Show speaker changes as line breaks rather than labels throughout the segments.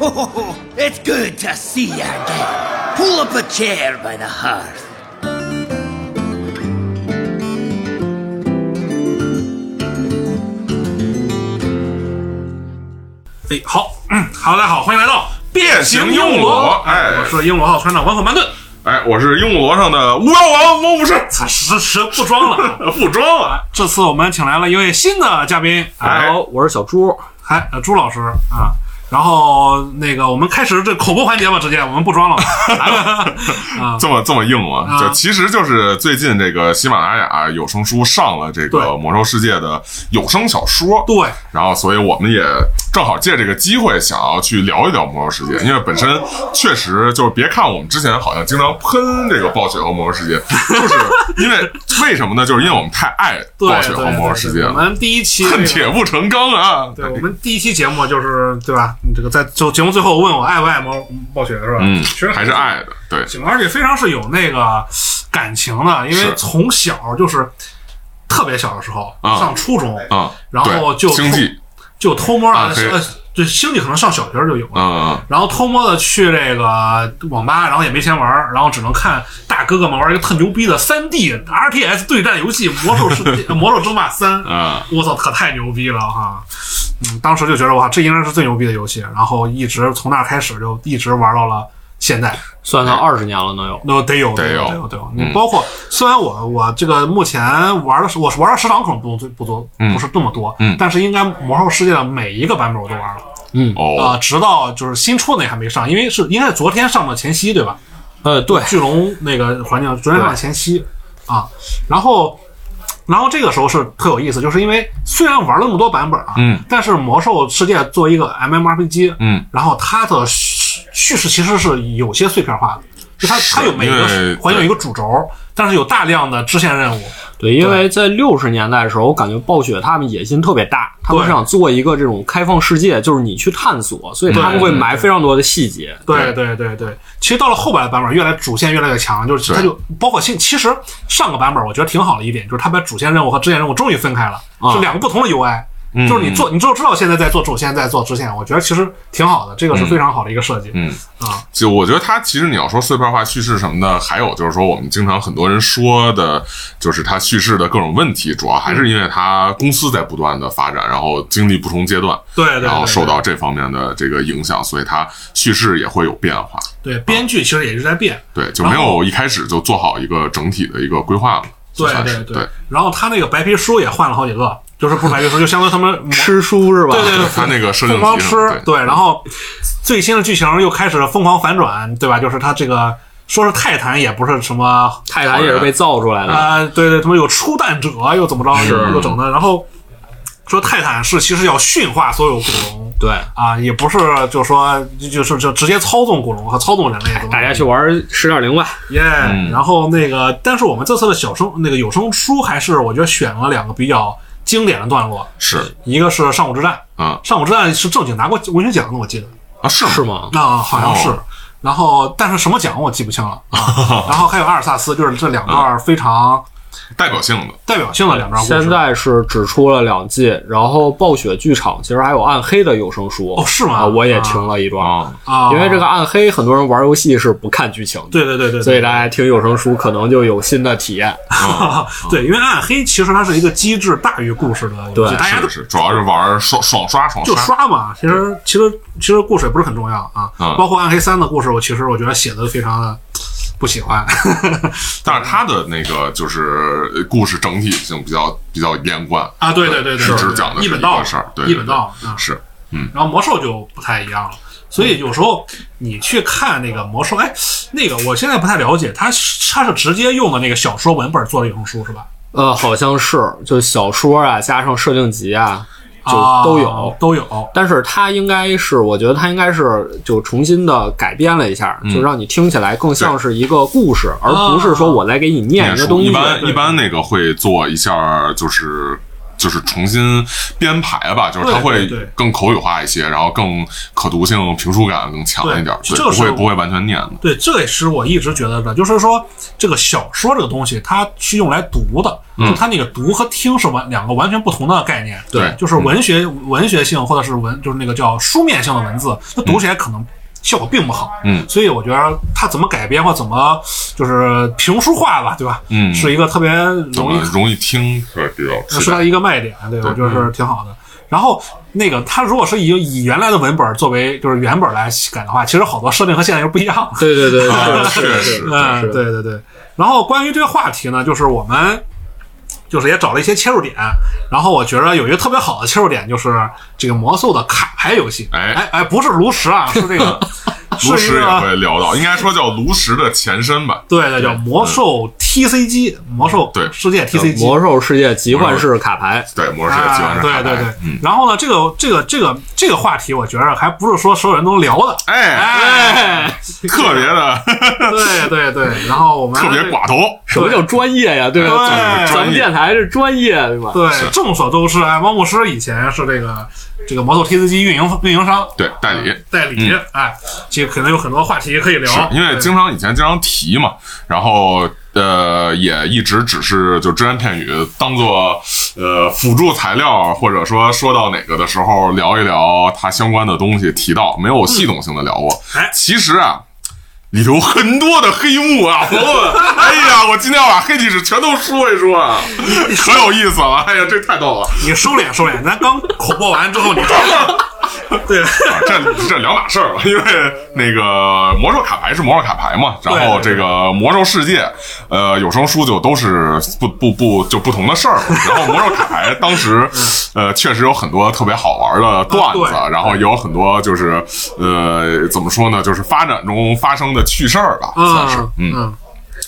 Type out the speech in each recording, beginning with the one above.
Oh, it's good to see you again. Pull up a chair by the hearth. ”
哎，好，嗯，好，大家好，欢迎来到
变形鹦鹉，哎
我是鹦鹉号船长王可曼顿，
哎，我是鹦鹉螺上的巫妖王王武士，
此时时不装了。
呃不装了，
这次我们请来了一位新的嘉宾，
哎
啊，
好，我是小猪。
还、呃朱老师啊。然后那个，我们开始这口播环节吧，直接我们不装了， 来吧。 啊，
这么这么硬吗？
啊
就其实就是最近这个喜马拉雅啊有声书上了这个
对
《魔兽世界》的有声小说，
对，
然后所以我们也正好借这个机会想要去聊一聊《魔兽世界》，
嗯
因为本身确实就是别看我们之前好像经常喷这个暴雪和《魔兽世界》， 就是因为为什么呢？就是因为我们太爱
对
暴雪
对
和《魔兽世界
对》
了
我，们第一期
恨铁不成钢啊！
对，我们第一期节目就是对吧？你这个在就节目最后问我爱不爱毛暴雪是吧？
嗯，
其实
还是爱的，对。
行，而且非常是有那个感情的，因为
是
从小就是特别小的时候，
啊
上初中
啊，
然后就
对经济，
就偷摸
啊
的，
可以
呃，对，星际可能上小学就有了。
嗯，
然后偷摸的去这个网吧，然后也没钱玩儿，然后只能看大哥哥们玩一个特牛逼的三 D RTS 对战游戏《魔兽世界》 《魔兽争霸三》
啊，
我操，可太牛逼了哈！嗯，当时就觉得哇，这应该是最牛逼的游戏，然后一直从那开始就一直玩到了现在。
算算二十年了，能有
那得有
得有
有得有，
嗯
你包括虽然我我这个目前玩的是我是玩的时长可能不多不多
嗯
不是那么多
嗯，
但是应该魔兽世界的每一个版本我都玩了啊，
哦，
直到就是新出的那还没上，因为是应该是昨天上的前夕对吧？
呃，对，
巨龙那个环境昨天上的前夕啊，然后。然后这个时候是特有意思，就是因为虽然玩了那么多版本啊，
嗯，
但是魔兽世界作为一个 MMORPG，
嗯，
然后它的叙叙事其实是有些碎片化的，就它
是
它有每个
因为
环有一个主轴，但是有大量的支线任务，
对，因为在六十年代的时候，我感觉暴雪他们野心特别大，他们
对
是想做一个这种开放世界，就是你去探索，所以他们会埋非常多的细节。
对对对对，其实到了后边的版本，越来主线越来越强，就是它
对
就包括现其实上个版本我觉得挺好的一点，就是它把主线任务和支线任务终于分开了，
啊
是两个不同的 UI，、就是你做你就知道现在在做主线，在做支线，我觉得其实挺好的，这个是非常好的一个设计。
嗯
啊，
就我觉得它其实你要说碎片化叙事什么的，还有就是说我们经常很多人说的，就是它叙事的各种问题，主要还是因为它公司在不断的发展，然后经历不同阶段，
对对对
然后受到这方面的这个影响，所以它叙事也会有变化。
对编剧其实也是在变，
对，就没
然后
有一开始就做好一个整体的一个规划了。
对
算是
对对。然后他那个白皮书也换了好几个，就是不是白皮书，就相当于他们
吃书是吧？
对对对
它那个设定
疯狂
集
吃
上，对，
对，然后最新的剧情又开始疯狂反转，对吧？就是他这个说是泰坦也不是什么
泰坦也是被造出来的。
啊、对对，他们有出蛋者又怎么着，又整的，然后说泰坦是其实要驯化所有古龙
对，
啊，也不是就说就就是就直接操纵古龙和操纵人类，怎么
哎大家去玩十点零吧。
耶然后那个，但是我们这次的小声那个有声书还是我觉得选了两个比较经典的段落，
是
一个是上古之战，
嗯
上古之战是正经拿过文学奖的，我记得。
啊是吗
是吗？
啊，好像是。然后，但是什么奖我记不清了啊。然后还有阿尔萨斯，就是这两段非常
代表性的，
代表性的两段故事。
现在是只出了两季，然后暴雪剧场其实还有暗黑的有声书
哦是吗
啊我也听了一段，
啊
啊，
因为这个暗黑很多人玩游戏是不看剧情的，
对对对对，
所
对
以大家听有声书可能就有新的体验。
嗯
哦对，因为暗黑其实它是一个机制大于故事的游戏，
对
大家都
是是，主要是玩儿爽爽刷爽
就
刷，
刷嘛。其实其实其实故事也不是很重要啊。
嗯
包括暗黑三的故事，我其实我觉得写的非常的不喜欢。
但是它的那个就是呃故事整体性比较比较连贯
啊，对对对对，
是
对
只
对
讲的
一
是
本
一
道
个事儿对
一
对
本
对
道啊。
是
然后魔兽就不太一样了。所以有时候你去看那个魔兽，哎，那个我现在不太了解，它是它是直接用的那个小说文本做的有声书是吧？
呃，好像是，就小说啊，加上设定集啊，就
啊
都有。
都有。
但是它应该是，我觉得它应该是就重新的改编了一下，就让你听起来更像是一个故事，而不是说我来给你念一个
书
东西。
一般
对
一般那个会做一下，就是就是重新编排吧，就是它
对
会
对对
更口语化一些，然后更可读性、评述感更强一点，
对
对，
这个
不
是
会
我
不会完全念的。
对，这也是我一直觉得的，就是说这个小说这个东西，它是用来读的，
嗯
就它那个读和听是完两个完全不同的概念。
对嗯
就是文学、文学性或者是文，就是那个叫书面性的文字，它读起来可能。效果并不好，
嗯
所以我觉得它怎么改编或怎么就是评书化吧，对吧？
嗯
是一个特别
怎
容易嗯
么嗯容易听是嗯比较
是它的一个卖点，对我觉得是挺好的。然后那个，它如果是以以原来的文本作为就是原本来改的话，其实好多设定和现在又不一样了。
对对 对，
啊
是
确
的
实
是的
嗯，
是的
对对对。然后关于这个话题呢，就是我们就是也找了一些切入点，然后我觉得有一个特别好的切入点就是这个魔兽的卡牌游戏，
哎
哎哎，不是炉石 啊，是这个
炉
是一啊
石也
个
会嗯聊到，应该说叫炉石的前身吧。
对对叫魔兽 TCG，魔兽
对
世界 TCG，
魔兽世界集幻式卡牌，
对，魔兽世界基本上
啊
是
对
海
对
外
对，
嗯，
然后呢，这个这个这个这个话题，我觉着还不是说所有人都聊的，
哎，
哎，
特别的
对对对，然后我们
特别寡头，
什么叫专业呀？对吧？
对
咱们电台是专业，对吧？
对，众所周知，哎，猫牧师以前是这个这个魔兽 TCG 运营运营商
对代理。
代理，哎，这可能有很多话题可以
是
聊，
因为
对
经常以前经常提嘛，然后呃也一直只是就只言片语，当做呃辅助材料，或者说说到哪个的时候聊一聊它相关的东西，提到没有系统性的聊过。
哎
其实啊。里头很多的黑幕啊， 朋友们！哎呀，我今天要把黑历史全都说一说啊，可有意思了！哎呀，这太逗了！
你收敛收敛，咱刚口播完之后 你对
啊这这两码事儿了，因为那个魔兽卡牌是魔兽卡牌嘛，然后
对
这个魔兽世界，呃，有声书就都是不不不就不同的事儿嘛。然后魔兽卡牌当时，呃，确实有很多特别好玩的段子，
啊对
然后也有很多就是呃怎么说呢，就是发展中发生的趣事儿吧，算是
嗯
嗯。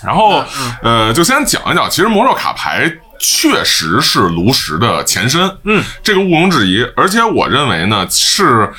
然后，呃，就先讲一讲，其实魔兽卡牌确实是炉石的前身，嗯，这个毋庸置疑。而且我认为呢，是，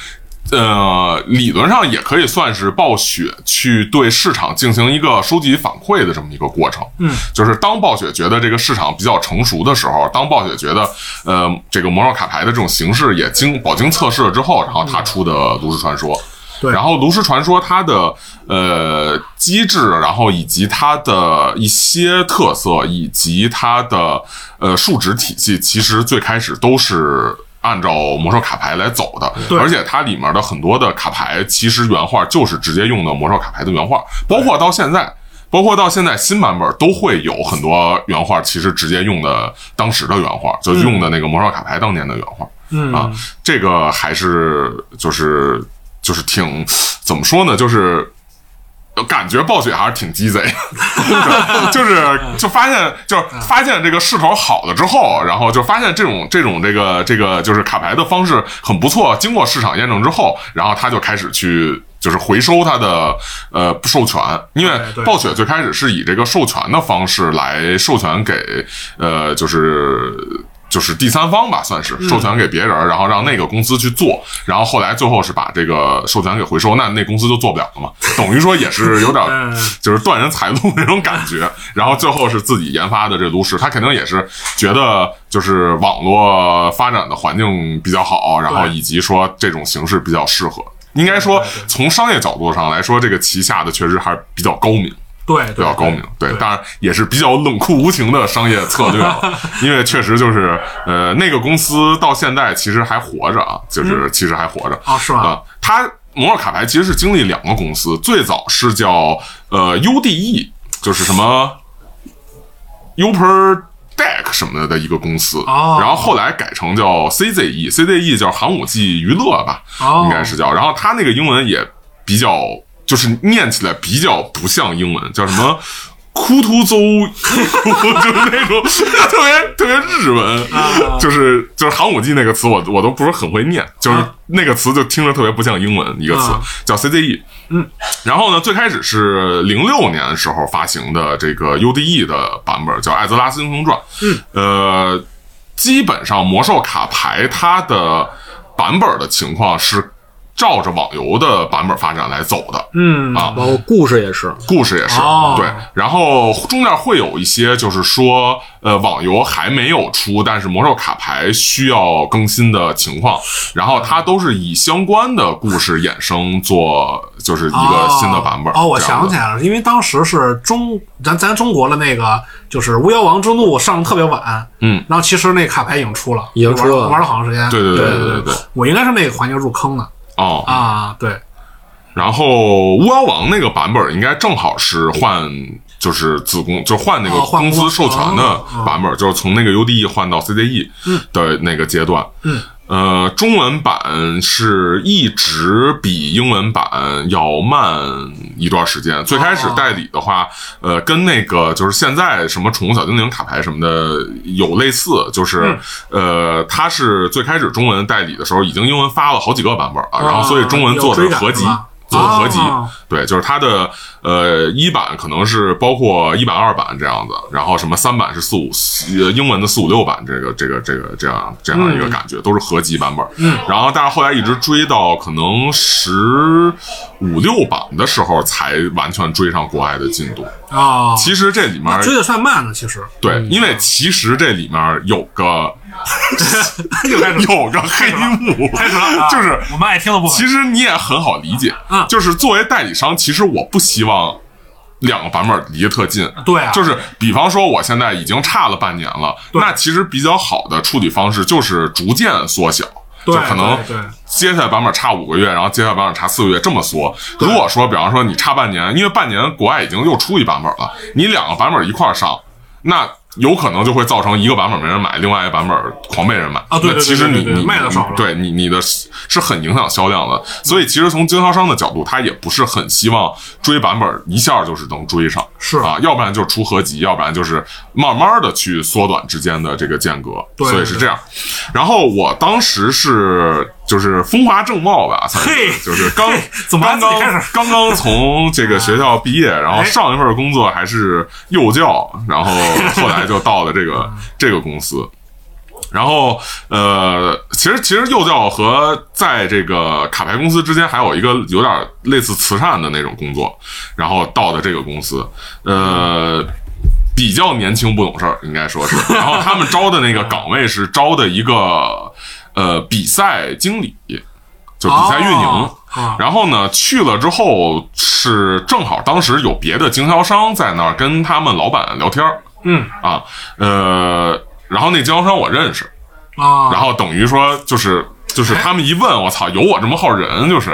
呃，理论上也可以算是暴雪去对市场进行一个收集反馈的这么一个过程，嗯，就是当暴雪觉得这个市场比较成熟的时候，当暴雪觉得，呃，这个魔兽卡牌的这种形式也经饱经测试了之后，然后它出的炉石传说。
对
然后炉石传说它的呃机制，然后以及它的一些特色，以及它的呃数值体系，其实最开始都是。按照魔兽卡牌来走的，
对
而且它里面的很多的卡牌，其实原画就是直接用的魔兽卡牌的原画，包括到现在，包括到现在新版本都会有很多原画，其实直接用的当时的原画，就用的那个魔兽卡牌当年的原画。
嗯
啊，这个还是就是就是挺怎么说呢，就是。感觉暴雪还是挺鸡贼，对 就是就发现就是发现这个势头好了之后，然后就发现这种这种这个这个就是卡牌的方式很不错，经过市场验证之后，然后他就开始去就是回收他的呃授权，因为
对对
暴雪最开始是以这个授权的方式来授权给呃就是。就是第三方吧，算是
嗯
授权给别人，然后让那个公司去做，然后后来最后是把这个授权给回收，那那公司就做不了了嘛，等于说也是有点
嗯
就是断人财路那种感觉。然后最后是自己研发的这炉石，他肯定也是觉得就是网络发展的环境比较好，然后
对
以及说这种形式比较适合。应该说，从商业角度上来说，这个旗下的确实还是比较高明。
对
比
对
较高明，对，当然也是比较冷酷无情的商业策 略了，因为确实就是，呃，那个公司到现在其实还活着啊，就是其实还活着
啊是
啊、
吗？
它摩尔卡牌其实是经历两个公司，最早是叫呃 UDE，就是什么 Upper Deck 什么的一个公司，
哦
然后后来改成叫 CZE，CZE E 叫寒武纪娱乐吧，
哦
应该是叫。然后他那个英文也比较，就是念起来比较不像英文，叫什 么？库图邹，就是那种特别特别日文，
啊
就是就是寒武纪那个词我，我都不是很会念，就是
啊
那个词就听着特别不像英文一个词，
啊
叫 E CZE。然后呢，最开始是零六年时候发行的这个 UDE 的版本，叫《艾泽拉斯英雄传》。嗯，呃，基本上魔兽卡牌它的版本的情况是。照着网游的版本发展来走的。
嗯
啊
包括故事也是，
故事也是、
哦
对，然后中间会有一些就是说，呃，网游还没有出，但是魔兽卡牌需要更新的情况，然后它都是以相关的故事衍生做，就是一个新的版本。
哦，我
这样
想
的
起来了，因为当时是中咱咱中国的那个就是《巫妖王之怒》上的特别晚，
嗯，
然后其实那卡牌已经出了，
已经出了
玩玩了好长时间，
对对
对
对对对对，
我应该是那个环节入坑的
哦，
啊，对，
然后巫妖王那个版本应该正好是换。就是子公就换那个
哦换
公司
公
授权的
哦哦
版本，就是从那个 UDE 换到 CDE 的那个阶段。
嗯，
呃，中文版是一直比英文版要慢一段时间。最开始
哦
代理的话，呃，跟那个就是现在什么宠物小精灵卡牌什么的有类似，就是、
嗯
呃，它是最开始中文代理的时候已经英文发了好几个版本了，然后所以中文做的是合集
哦有追赶是吧。
做的合集，
哦
对，就是它的呃一版可能是包括一版、二版这样子，然后什么三版是四五四呃英文的四五六版，这个这个这个这样这样一
嗯
个感觉，都是合集版本。嗯，然后但是后来一直追到可能十五六版的时候，才完全追上国外的进度。
啊，
其实这里面
追嗯的算慢的，其实
对，因为其实这里面有 个有个黑幕，
开始了，啊
就是
我们爱听的部分，
其实你也很好理解，
嗯
就是作为代理商，其实我不希望两个版本离得特近。
对啊，
就是比方说，我现在已经差了半年了，那其实比较好的处理方式就是逐渐缩小，就
对
可能
对对
接下来版本差五个月，然后接下来版本差四个月，这么缩。如果说，比方说你差半年，因为半年国外已经又出一版本了，你两个版本一块儿上，那有可能就会造成一个版本没人买，另外一个版本狂被人买
啊对对
那其实
对对
你
对对
你
卖得少了
对你你的是是很影响销量的。所以其实从经销商的角度，他也不是很希望追版本一下就是能追上，
是
啊，要不然就是出合集，要不然就是慢慢的去缩短之间的这个间隔，
对
所以是这样。然后我当时是就是风华正茂吧，算是
嘿
就是刚
嘿 怎么
刚
自己
刚
开始
刚刚从这个学校毕业，然后
哎
上一份工作还是幼教，然后后来就到了 这个这个公司。然后，呃，其实其实幼教和在这个卡牌公司之间还有一个有点类似慈善的那种工作，然后到的这个公司，呃，比较年轻不懂事儿，应该说是。然后他们招 的
嗯
那个岗位是招的一个呃比赛经理，就比赛运营。
哦啊
然后呢，去了之后是正好当时有别的经销商在那儿跟他们老板聊天儿
嗯
啊，呃，然后那经销商我认识，
啊，
然后等于说就是就是他们一问，我操，有我这么号人，就是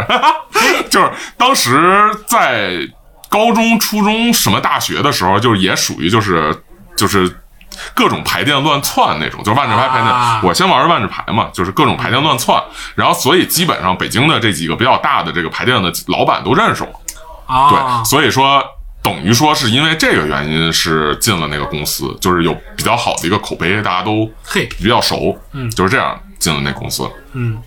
就是当时在高中、初中什么大学的时候，就是也属于就是就是。各种排店乱窜那种，就是万智牌排店。
啊
我先玩的万智牌嘛，就是各种排店乱窜，然后所以基本上北京的这几个比较大的这个排店的老板都认识我。
啊
对，，所以说等于说是因为这个原因是进了那个公司，就是有比较好的一个口碑，大家都
嘿
比较熟，嗯，就是这样进了那公司，
嗯，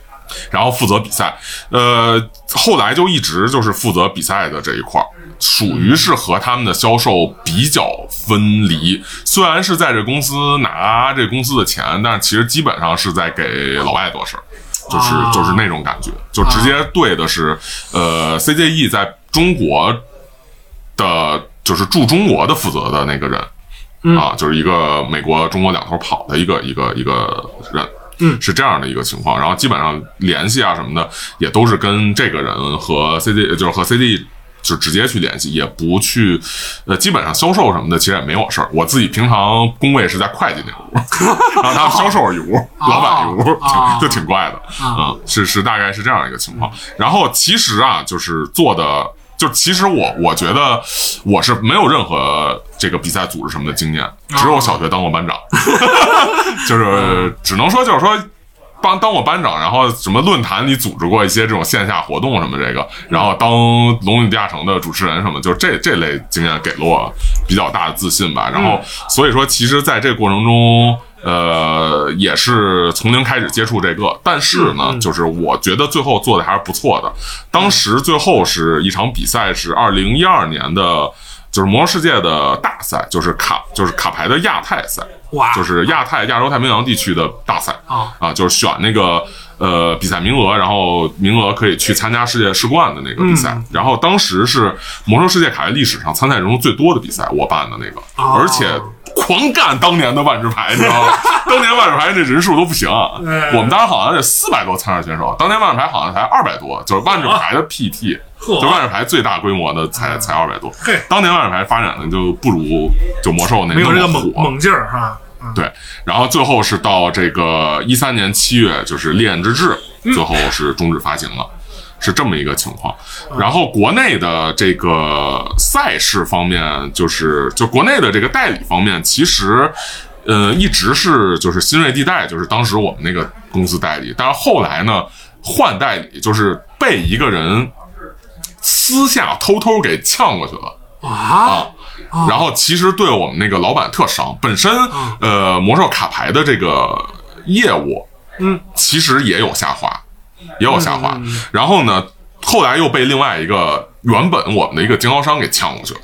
然后负责比赛，呃，后来就一直就是负责比赛的这一块儿。属于是和他们的销售比较分离，虽然是在这公司拿这公司的钱，但是其实基本上是在给老外做事儿，就是
啊
就是那种感觉，就直接对的是，呃，CJE 在中国的，就是驻中国的负责的那个人，啊，就是一个美国中国两头跑的一个一个一个人，嗯，是这样的一个情况。然后基本上联系啊什么的，也都是跟这个人和 CD，就是和 CD。就直接去联系，也不去，呃，基本上销售什么的其实也没我事儿。我自己平常工位是在会计那屋，然啊后他们销售一屋，老板一屋，
哦
就挺怪的啊、是是大概是这样一个情况。然后其实啊，就是做的，就其实我我觉得我是没有任何这个比赛组织什么的经验，只有小学当过班长， 就是只能说就是说。帮当我班长，然后什么论坛里组织过一些这种线下活动什么这个，然后当《龙与地下城》的主持人什么，就这这类经验给了我比较大的自信吧。然后所以说，其实在这个过程中，呃，也是从零开始接触这个，但是呢，就是我觉得最后做的还是不错的。当时最后是一场比赛，是二零一二年的。就是魔兽世界的大赛，就是卡就是卡牌的亚太赛，
哇
就是亚太亚洲太平洋地区的大赛
啊
啊，就是选那个呃比赛名额，然后名额可以去参加世界世冠的那个比赛。
嗯
然后当时是魔兽世界卡牌历史上参赛人数最多的比赛，我办的那个，
哦
而且。狂干当年的万智牌，你知道吗？ 当年万智牌这人数都不行啊，
嗯
我们当时好像得四百多参赛选手，当年万智牌好像才二百多，就是万智牌的 PT，、
嚯
就万智牌最大规模的才才二百多
啊嗯嘿。
当年万智牌发展的就不如就魔兽那
没有这
那
个
么
猛
火，
猛劲儿哈。嗯
对，然后最后是到这个一三年七月，就是《烈焰之志》最后是终止发行了，是这么一个情况。然后国内的这个赛事方面，就是就国内的这个代理方面，其实。呃，一直是就是新锐地带，就是当时我们那个公司代理，但是后来呢，换代理就是被一个人私下偷偷给呛过去了。
啊，
啊，然后其实对我们那个老板特伤。本身呃，魔兽卡牌的这个业务，嗯，其实也有下滑，也有下滑。然后呢，后来又被另外一个原本我们的一个经销商给抢过去了。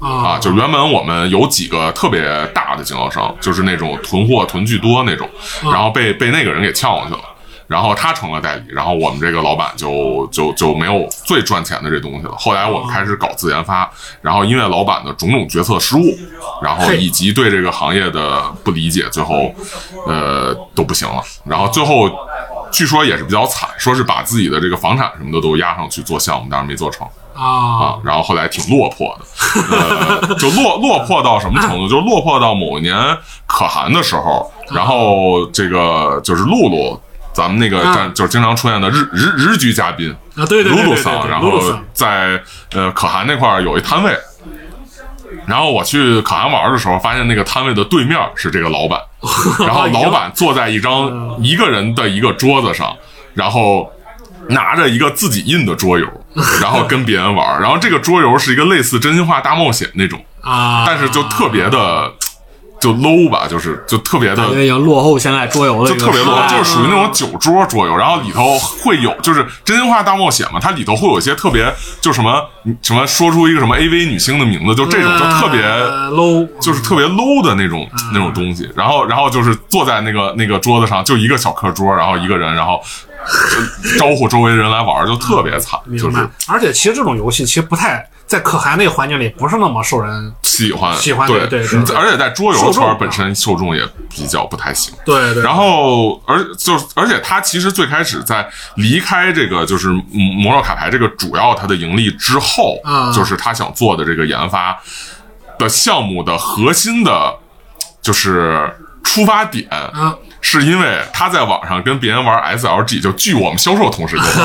啊，就是原本我们有几个特别大的经销商，就是那种囤货囤巨多那种，然后被被那个人给撬过去了，然后他成了代理，然后我们这个老板就就就没有最赚钱的这东西了。后来我们开始搞自研发，然后因为老板的种种决策失误，然后
嘿
以及对这个行业的不理解，最后呃都不行了，然后最后。据说也是比较惨，说是把自己的这个房产什么的都押上去做项目，但是没做成。
啊
啊，然后后来挺落魄的，呃，就落落魄到什么程度？就落魄到某一年可汗的时候，然后这个就是露露，咱们那个
啊
站就是经常出现的日日日居嘉宾
啊！对对对
露露
对对
桑，
对，
然
露
后
露桑
在呃可汗那块儿有一摊位，然后我去可汗玩的时候，发现那个摊位的对面是这个老 板，然后老板坐在一张一个人的一个桌子上，然后拿着一个自己印的 桌游，然后跟别人玩，然后这个桌游是一个类似真心话大冒险那种，
啊，
但是就特别的就 low 吧，就是就特别的
感觉已经落后现在桌游的
就
一个
特别
时
多，
代
就是属于那种
嗯
酒桌桌游，然后里头会有就是真心话大冒险嘛，它里头会有一些特别就什么什么说出一个什么 AV 女星的名字，就这种就特别。
呃 low，
就是特别 low 的那种
嗯
那种东西，然后然后就是坐在那个那个桌子上，就一个小课桌，然后一个人，然后呃招呼周围人来玩，就特别惨，就
嗯明白
是。
而且其实这种游戏其实不太在可汗那个环境里不是那么受人
喜欢
喜欢
对嗯
对对对
而且在桌游
受众啊
圈本身受众也比较不太行，
对对，
然后，而就是，而且他其实最开始在离开这个就是嗯魔兽卡牌这个主要它的盈利之后，
啊
就是他想做的这个研发的项目的核心的，就是出发点，
嗯
是因为他在网上跟别人玩 SLG，就据我们销售同事跟我 说，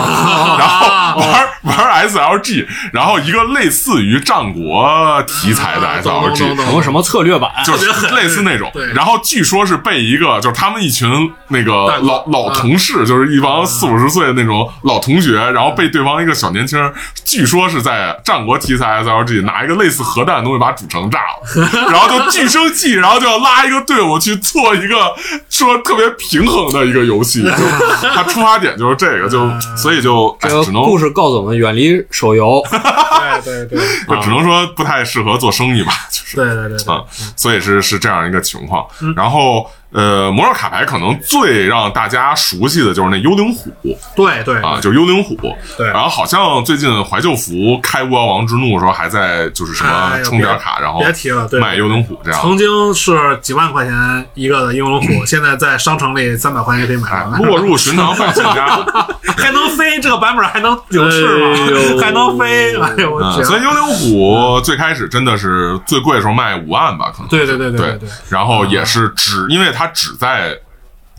然后玩玩 SLG，然后一个类似于战国题材的 SLG，、
啊懂懂懂
什么什么策略版，
就是类似那种
对。
然后据说是被一个就是他们一群那个
啊
老老同事，就是一帮四五十岁的那种老同学，然后被对方一个小年轻儿，据说是在战国题材 SLG 拿一个类似核弹的东西把主城炸 了，然后就巨生气，然后就要拉一个队伍去做一个说特别平衡的一个游戏。就 他出发点就是这个，
啊
就所以就哎
这个
只能
故事告诉我们远离手游。
对对对
就只能说不太适合做生意吧，就 是。
对对对对，
啊，所以是是这样一个情况。然后呃，魔兽卡牌可能最让大家熟悉的就是那幽灵虎
对对
啊，就是幽灵虎。
对
然后好像最近怀旧服开巫妖王之怒的时候，还在就是什
哎
么
呦
充点卡，
别
然后
别提了对
卖幽灵虎这样。
曾经是几万块钱一个的英龙虎，现在在商城里三百块钱也可以买
哎
到，了，
落入寻常百姓 家。嗯
还能飞，这个版本还能有翅
哎呦
膀，还能飞，哎呦我
嗯，
去！
所以幽灵虎最开始真的是最贵的时候卖五万吧，可能
对对对
对
对啊对，
然后也是只因为它只在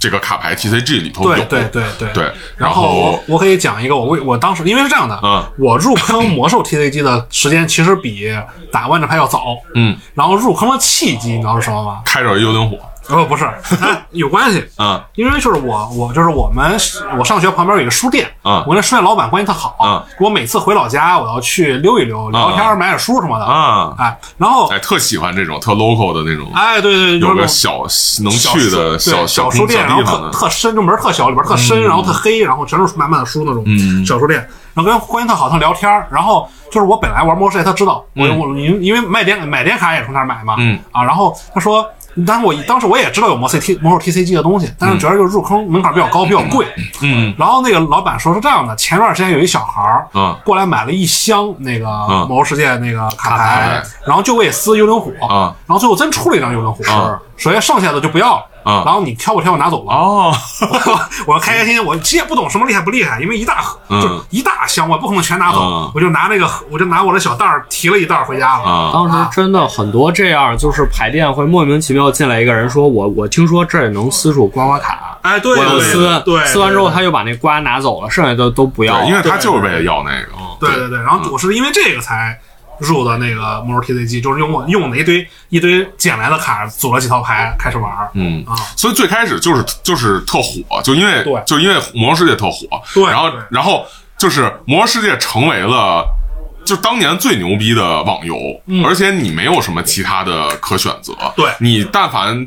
这个卡牌 TCG 里头有
对对对对
对然
然
后
我我可以讲一个，我为我当时因为是这样的，
嗯
我入坑魔兽 TCG 的时间其实比打万智牌要早，
嗯，
然后入坑的契机你知道是什么吗？
开着幽灵虎，
哦，不是，哎有关系，
嗯
因为就是我，我就是我们，我上学旁边有一个书店，
嗯
我那书店老板关系特好，
嗯
我每次回老家，我要去溜一溜，聊天、买点书什么的，
啊
哎，然后，
哎，特喜欢这种特 local 的那种，
哎，对对，对就是
有
那
个
种
小能
小
去的
书
小
对小
空
书店，然
小
后
地方嗯
特
的，嗯
特深，就门儿特小，里边儿特深，然后特黑，然后全是满满的书那种小书店。能跟关系特好，他聊天儿然后就是我本来玩魔兽世界，他知道我、
嗯
我因因为卖点买点卡也从那儿买嘛，
嗯
啊，然后他说。但是我当时我也知道有魔 C T 魔兽 T C G 的东西，但是主要就是入坑门槛比较高，比较贵。
嗯
然后那个老板说是这样的，前段时间有一小孩儿
嗯
过来买了一箱那个
嗯
魔兽世界那个卡
牌
牌，然后就为撕幽灵虎，
嗯
然后最后真出了一张幽灵虎，
嗯
首先剩下的就不要了，
嗯
然后你挑不挑我拿走吧。
哦，
我开开心心，我其实也不懂什么厉害不厉害，因为一大盒、
嗯
就是一大箱，我也不可能全拿走，
嗯
我就拿那个我就拿我的小袋儿提了一袋儿回家了。
啊
当时真的很多这样，就是排店会莫名其妙进来一个人说：“我我听说这儿也能撕出刮刮卡，
哎，对
我要
对
撕。”
对，
撕完之后
对
他就把那刮拿走了，剩下的都不要了。
对，因为他就是为了要那个，
哦对对对，然后我是因为这个才入的那个魔兽 TCG，就是用我用的一堆一堆捡来的卡组了几套牌开始玩儿。
嗯
啊，
所以最开始就是就是特火，就因为
对
就因为魔兽世界特火，
对
然后
对
然后就是魔兽世界成为了。就当年最牛逼的网游，而且你没有什么其他的可选择。
嗯对
你但凡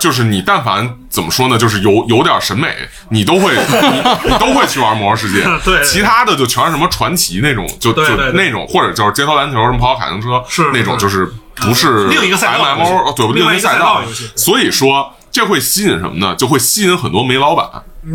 就是你但凡怎么说呢，就是有有点审美，你都 会你你都会去玩魔兽世界。
对对
其他的就全是什么传奇那种，就
对对
就
对
那种，或者就是街头篮球、什么跑跑卡丁车
是
那种，
是
就是不是
另一个赛道
M M
游戏
O 哦对
另外
一
一个
个
赛
赛
道
道
游戏
所以说，这会吸引什么呢？就会吸引很多煤老板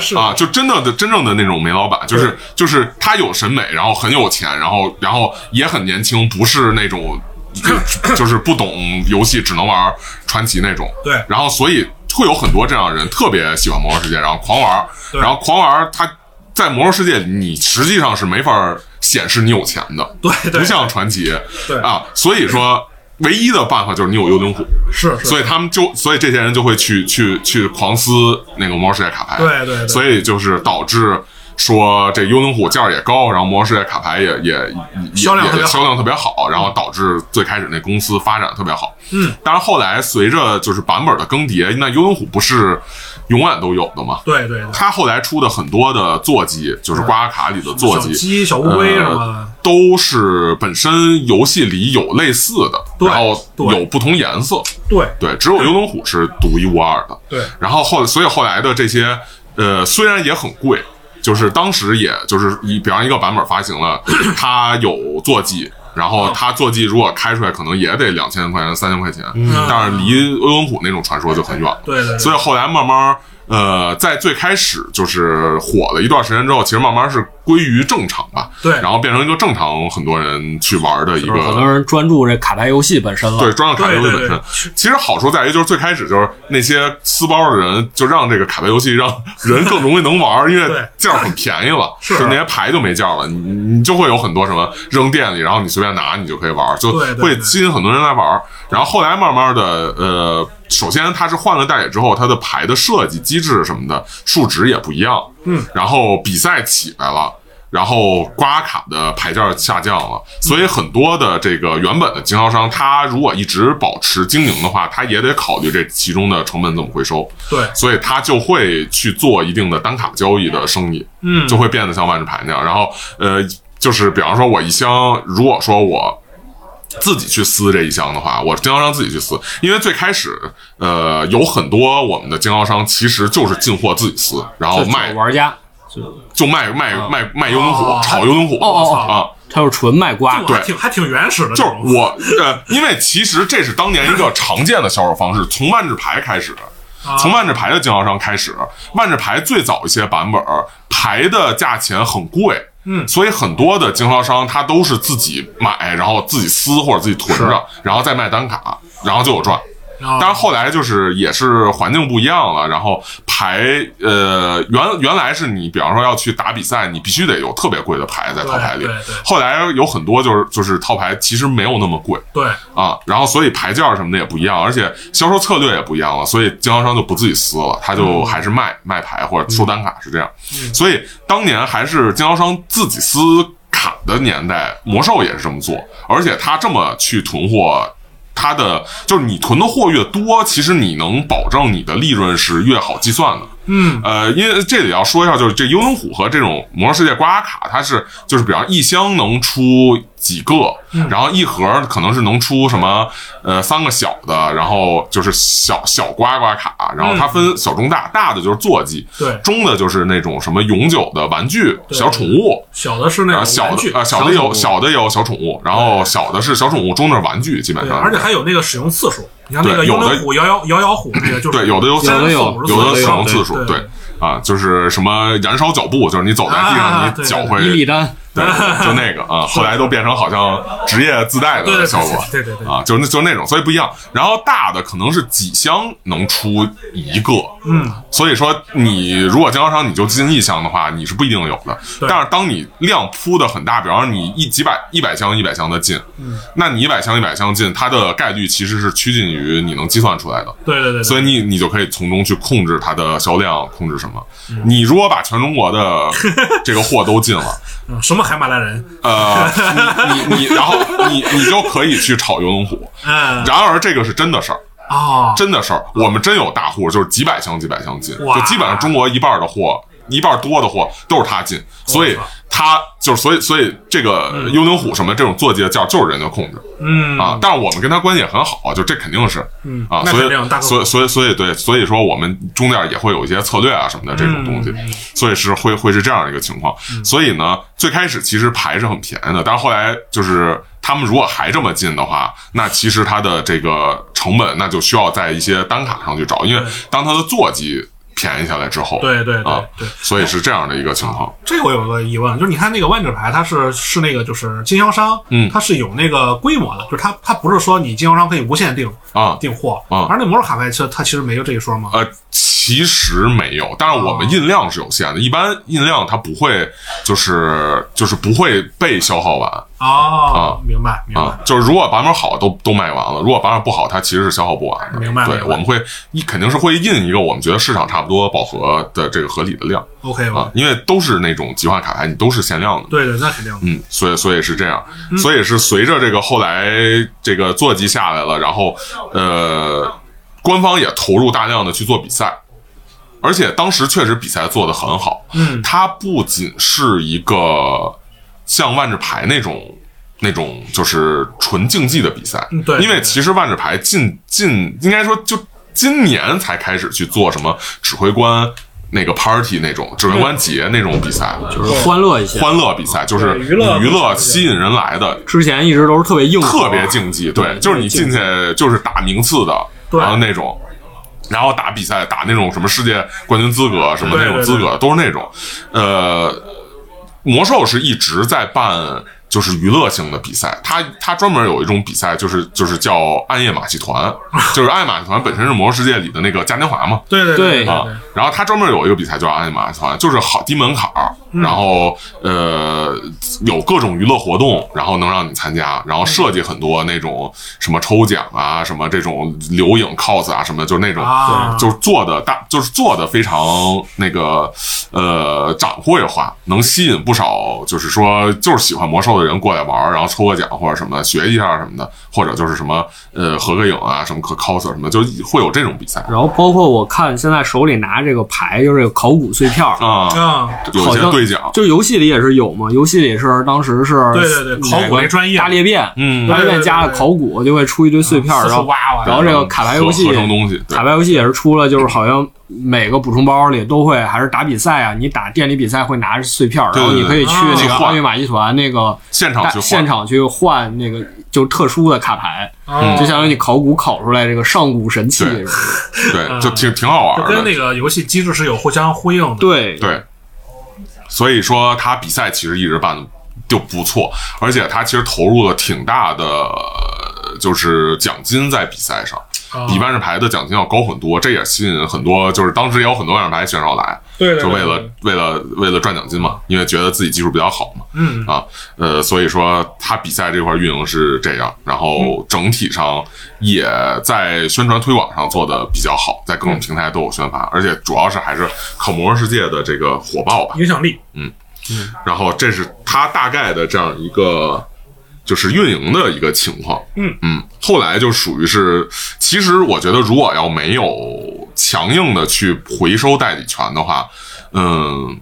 是
啊，就真的的真正的那种煤老板，就是就是他有审美，然后很有钱，然后然后也很年轻，不是那种 就是不懂游戏，只能玩传奇那种。
对
然后所以会有很多这样的人特别喜欢魔兽世界，然后狂玩，
对
然后狂玩他。在魔兽世界，你实际上是没法显示你有钱的，
对对
不像传奇，
对
啊，所以说唯一的办法就是你有幽灵虎，
是是，
所以他们就，所以这些人就会去去去狂撕那个魔兽世界卡牌，
对对对
所以就是导致说这幽灵虎价儿也高，然后魔兽世界卡牌也也也
销量特别
也
好
销量特别好，然后导致最开始那公司发展特别好，
嗯，
但是后来随着就是版本的更迭，那幽灵虎不是永远都有的嘛，
对对对，
他后来出的很多的坐骑，就是刮卡里的坐
小
骑，
鸡、小乌龟什么的
呃，都是本身游戏里有类似的，
对
然后
对
有不同颜色，
对
对，只有幽灵虎是独一无二的。
对
然后后所以后来的这些，呃，虽然也很贵，就是当时也就是一，比方一个版本发 行了，它有坐骑。然后它坐骑如果开出来，可能也得两千块钱、三千块钱，
嗯
但是离幽灵虎那种传说就很远了。
对对对
所以后来慢慢，呃，在最开始就是火了一段时间之后，其实慢慢是归于正常吧。
对
然后变成一个正常很多人去玩的一
就
个
是很多人专注这卡牌游戏本身了。
对，装上卡牌游戏
对对
本身。其实好处在于，就是最开始就是那些撕包的人，就让这个卡牌游戏让人更容易能玩儿，因为
对
价儿很便宜了，
是
就那些牌就没价儿了，你你就会有很多什么扔店里，然后你随便拿，你就可以玩儿，就
对对
会
对
吸引很多人来玩儿。然后后来慢慢的，呃，首先它是换了代理之后，它的牌的设计机制什么的数值也不一样，嗯，然后比赛起来了。然后刮卡的牌价下降了，所以很多的这个原本的经销商，他如果一直保持经营的话，他也得考虑这其中的成本怎么回收，
对
所以他就会去做一定的单卡交易的生意，
嗯
就会变得像万智牌那样。然后呃，就是比方说我一箱，如果说我自己去撕这一箱的话，我经销商自己去撕，因为最开始呃有很多我们的经销商其实就是进货自己撕，然后
就，
卖
玩家，
就卖卖卖卖幽灵虎
哦，
炒幽灵虎
啊哦哦哦
啊。
他就是纯卖刮
这我。还
对
挺还挺原始的这
就是
种，
我，呃，因为其实这是当年一个常见的销售方式，从万智牌开始，
啊
从万智牌的经销商开始，万智牌最早一些版本儿牌的价钱很贵，
嗯
所以很多的经销商他都是自己买，然后自己撕或者自己囤着，然后再卖单卡，然后就有赚。
啊
但是后来就是也是环境不一样了，然后牌呃原原来是你比方说要去打比赛，你必须得有特别贵的牌在套牌里
对对对，
后来有很多就是就是套牌其实没有那么贵，
对
啊，然后所以牌价什么的也不一样，而且销售策略也不一样了，所以经销商就不自己撕了，他就还是卖、卖牌或者收单卡是这样。所以当年还是经销商自己撕卡的年代，魔兽也是这么做，而且他这么去囤货。他的就是你囤的货越多，其实你能保证你的利润是越好计算的。
嗯，
呃，因为这里要说一下，就是这幽灵虎和这种魔兽世界刮卡，它是就是比方一箱能出几个，
嗯
然后一盒可能是能出什么呃三个小的，然后就是小小刮刮卡，然后它分小中大，大的就是坐骑，
嗯对
中的就是那种什么永久的玩具、
对
小宠物，
小的是那
啊，
种
小
玩具
的啊，小
小
的
宠
有
物
小的也有小宠物，然后小的是小宠物，中的是玩具，基本
对，
上。
而且还有那个使用次数。你像那个
对
幽
有的
灵虎、摇摇摇摇虎，那个就是
对，有的有
三
有的
次
有
五十
有的
次
使用次
对
数，
对
对啊，就是什么燃烧脚步，就是你走在地
啊
上，
对
你脚
对
会
伊利丹，
对，就那个啊，后来都变成好像职业自带
对
的效果，
对对对对
啊，就是那就那种，所以不一样。然后大的可能是几箱能出一个，嗯，所以说你如果经销商你就进一箱的话，你是不一定有的。
对
但是当你量铺的很大，比方说你一几百一百箱一百箱的进，嗯，那你一百箱一百箱进，它的概率其实是趋近于你能计算出来的。
对对对，
所以你你就可以从中去控制它的销量，控制什么。你如果把全中国的这个货都进了，
嗯什么海马拉人，
呃，你你你，然后你你就可以去炒游龙虎。
嗯
然而这个是真的事儿，
啊，
真的事儿，我们真有大户，就是几百箱几百箱进，
哇
就基本上中国一半的货，一半多的货都是他进，所以
哇
他就是所以所以这个幽灵虎什么这种坐骑的价就是人家控制。
嗯
啊，但是我们跟他关系也很好，就这肯定是，嗯啊，
那
所以
肯定大客户
所以所以所以对，所以说我们中间也会有一些策略啊什么的这种东西，
嗯
所以是会会是这样一个情况。所以呢，最开始其实牌是很便宜的，但是后来就是他们如果还这么进的话，那其实它的这个成本那就需要在一些单卡上去找，因为当它的坐骑便宜下来之后，
对对对
啊
对，
所以是这样的一个情况。
这个我有个疑问，就是你看那个万智牌，它是是那个就是经销商，
嗯
它是有那个规模的，就是它它不是说你经销商可以无限定
啊
订货，
啊
而那魔兽卡牌其实它其实没有这一说嘛，
呃，其实没有，但是我们印量是有
嗯
限的，一般印量它不会，就是就是不会被消耗完
哦，明白明白
啊，，就是如果版本好都都卖完了，如果版本不好，它其实是消耗不完的。
明白
对，
明白
我们会一肯定是会印一个我们觉得市场差不多饱和的这个合理的量
OK
啊
吧，，
因为都是那种极化卡牌，你都是限量的。
对对，那肯定的，
嗯，所以所以是这样，所以是随着这个后来这个坐骑下来了，然后呃，官方也投入大量的去做比赛，而且当时确实比赛做得很好，
嗯
它不仅是一个像万智牌那种那种就是纯竞技的比赛，
嗯对
因为其实万智牌近近应该说就今年才开始去做什么指挥官。那个 party 那种指挥官节那种比赛，就是
欢乐一些。
欢乐比赛，就是
对娱乐
娱乐吸引人来的，
之前一直都是特别硬核，
特别竞技。对，就是你进去就是打名次的，
对
然后那种。然后打比赛，打那种什么世界冠军资格什么
对
那种
对
资
对
格，都是那种，呃，魔兽是一直在办就是娱乐性的比赛，它它专门有一种比赛，就是就是叫暗夜马戏团，就是暗夜马戏团本身是魔兽世界里的那个嘉年华嘛，
对对
对
对
啊，然后他专门有一个比赛叫鞍马团，就是好低门槛儿，
嗯
然后呃有各种娱乐活动，然后能让你参加，然后设计很多那种什么抽奖啊，什么这种留影 cos 啊，什么就那种，
啊
就是做的大，就是做的非常那个呃掌柜化，能吸引不少就是说就是喜欢魔兽的人过来玩儿，然后抽个奖或者什么学一下什么的，或者就是什么呃合个影啊，什么可 cos 什么，就会有这种比赛。
然后包括我看现在手里拿这个牌，就是这个考古碎片儿，
啊、
啊，
有
好
些
像
兑奖，
就游戏里也是有嘛，游戏里是当时是
对对对考古
那
那
个
专业
大裂变，
嗯
大裂变加了考古就会出一堆碎片
嗯
儿，
四
然
处
后
挖挖，
然后这个卡牌游戏
嗯合合成东西，对
卡牌游戏也是出了，就是好像每个补充包里都会还是打比赛啊，你打店里比赛会拿着碎片儿，
对
然后你可以去
对对啊
那个
去换
奥运马戏团那个
现场
大
去换
现场去换那个就特殊的卡牌，
啊
就相当于你考古考出来这个上古神器
嗯对
这种，
对，
嗯
就挺挺好
就
玩
跟
的
那，个游戏机制是有互相呼应的，
对
对。所以说他比赛其实一直办的就不错，而且他其实投入了挺大的，呃就是奖金在比赛上，
啊
哦
比万智牌的奖金要高很多，这也吸引很多，就是当时也有很多万智牌选手来，
对对对
就为了为了为了赚奖金嘛，因为觉得自己技术比较好嘛，
嗯
啊，呃，所以说他比赛这块运营是这样，然后整体上也在宣传推广上做的比较好，在各种平台都有宣发，而且主要是还是可魔兽世界的这个火爆吧，
影响力，
然后这是他大概的这样一个就是运营的一个情况。
嗯
嗯，后来就属于是，其实我觉得如果要没有强硬的去回收代理权的话，嗯，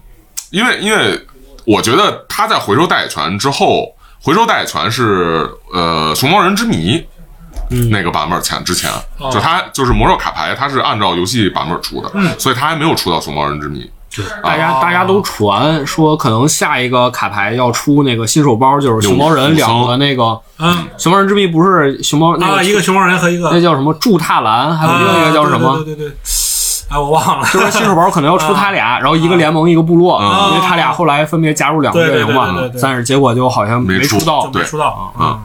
因为因为我觉得他在回收代理权之后，回收代理权是呃《熊猫人之谜》那个版本前之前，就他就是魔兽卡牌，它是按照游戏版本出的，所以他还没有出到《熊猫人之谜》。
大家大家都传说，可能下一个卡牌要出那个新手包，就是熊猫人两个那个
嗯
熊猫人之谜，不是熊猫那
啊，
个
一个熊猫人和一个
那叫什么祝踏蓝，还有另一个叫什
啊
么？
对对对对对，哎，我忘了。
就说新手包可能要出他俩，然后一个联盟一个部落，
嗯
因为他俩后来分别加入两个阵营
啊对对
嘛
对对，对
但是结果就好像
没
出
出
到
就。没出道，嗯，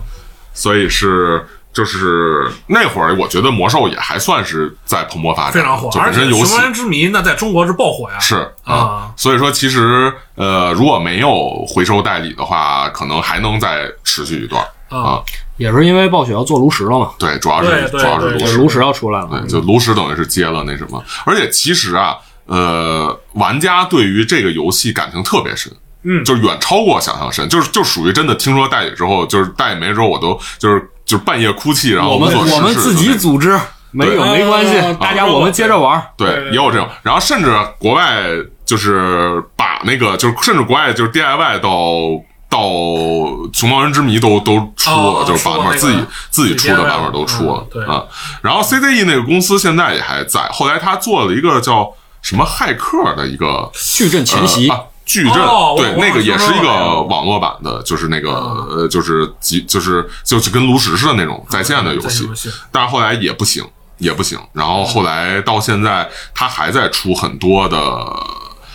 所以是就是那会儿，我觉得魔兽也还算是在蓬勃发展，
非常火。
啊就
而
本
且
身
《
游戏
熊猫人之谜》那在中国是爆火呀，
是嗯
啊
所以说其实呃，如果没有回收代理的话，可能还能再持续一段啊
啊。
也是因为暴雪要做炉石了嘛，
对，主要是
对对
主要是
对
炉
对
石，
炉石要出来
对，
了，
就炉石等于是接了那什么。而且其实啊，呃，玩家对于这个游戏感情特别深。
嗯
就是远超过想象深，就是就属于真的听说代理之后，就是代理没之后，我都就是就是半夜哭泣，然后
我们
无所事
我们
事的
自
那
己
种
组织，没有
对
没关系，
啊
大家我们接着玩。
对，
对对
也有这种。然后甚至国外就是把那个就是甚至国外就是 DIY 到到《熊猫人之谜都》都出了，
哦哦
就是版
出过那个
本自己自己出
DIY
的版本都出
嗯、
了
对
啊。然后 CDE 那个公司现在也还在，后来他做了一个叫什么骇客的一个
矩阵前
奇
夕
啊，矩阵、
哦我
对，
我
那个也是一
我好像
个
说过
网络版的，就是那个、呃，就是集就是就是跟炉石似的那种在线的游戏，
啊在线游戏
但是后来也不行，也不行。然后后来到现在，他还在出很多的，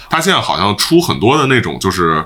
他现在好像出很多的那种就是。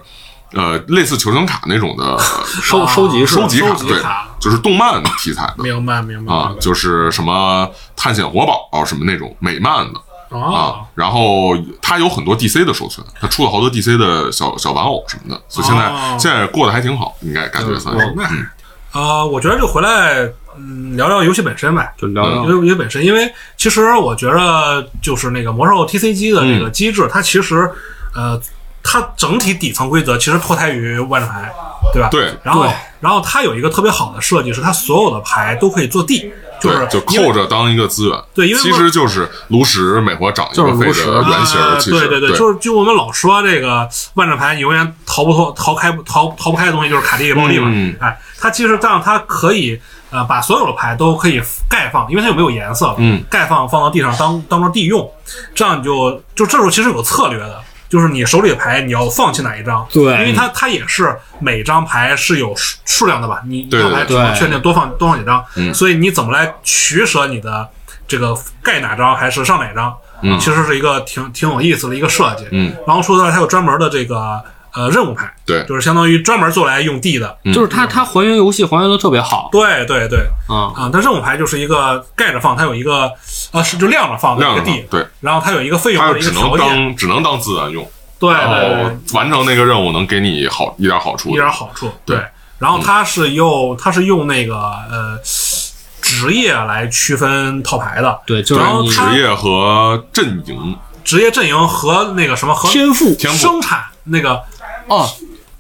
呃，类似求生卡那 种的
收收集是吧
收集卡，
啊收集
对
卡，
就是动漫题材的
明白明白
啊，就是什么探险活宝什么那种美漫的，啊
啊，，
然后它有很多 DC 的授权，它出了好多 DC 的小小玩偶什么的，所以现在、
哦嗯
现在过得还挺好，应该感觉算
嗯
是。
那呃，我觉得就回来嗯聊聊游戏本身呗，
就
嗯
聊聊
因为因为本身，因为其实我觉得就是那个魔兽 TCG 的
嗯
这个机制，它其实呃，它整体底层规则其实脱胎于万智牌，对吧？
对
然后
对
然后它有一个特别好的设计，是它所有的牌都可以做地，就是
对，就
因为
扣着当一个资源，
对因为
其实就是炉石每活长一
就是
个
炉
费
石
的原型儿，
啊，
其实
对对对，就是就我们老说这个万智牌，你永远逃不脱、逃开、逃逃不开的东西就是卡地暴力嘛。
嗯
哎，它其实这样，它可以呃把所有的牌都可以盖放，因为它有没有颜色，
嗯，
盖放放到地上当当做地用，这样你就就这时候其实有策略的。就是你手里的牌，你要放弃哪一张？
对
因为它它也是每张牌是有数数量的吧？你一
对
张牌只
对
能
对
确定多放多放几张，
嗯
所以你怎么来取舍你的这个盖哪张还是上哪张？
嗯
其实是一个挺挺有意思的一个设计。
嗯，
然后说到它有专门的这个呃任务牌，
对嗯
就是相当于专门做来用地的。
就是它它还原游戏还原的特别好
对对对，
嗯
啊，
啊、它任务牌就是一一个盖着放，它有一个呃是就亮着放的一
亮
个
着
地
放，，对，
然后它有一个费用
它
的一
只
个
能
条件，
当只能当资源用，
对
然
对对
后。完成那个任务能给你好一点好处
一
的
点好处。
对嗯
对，然后它是用它是用那个呃职业来区分套牌的，
对，就是
然后
你
它
职业和阵营，
职业阵营和那个什么和
天赋
天赋
生产那个
哦，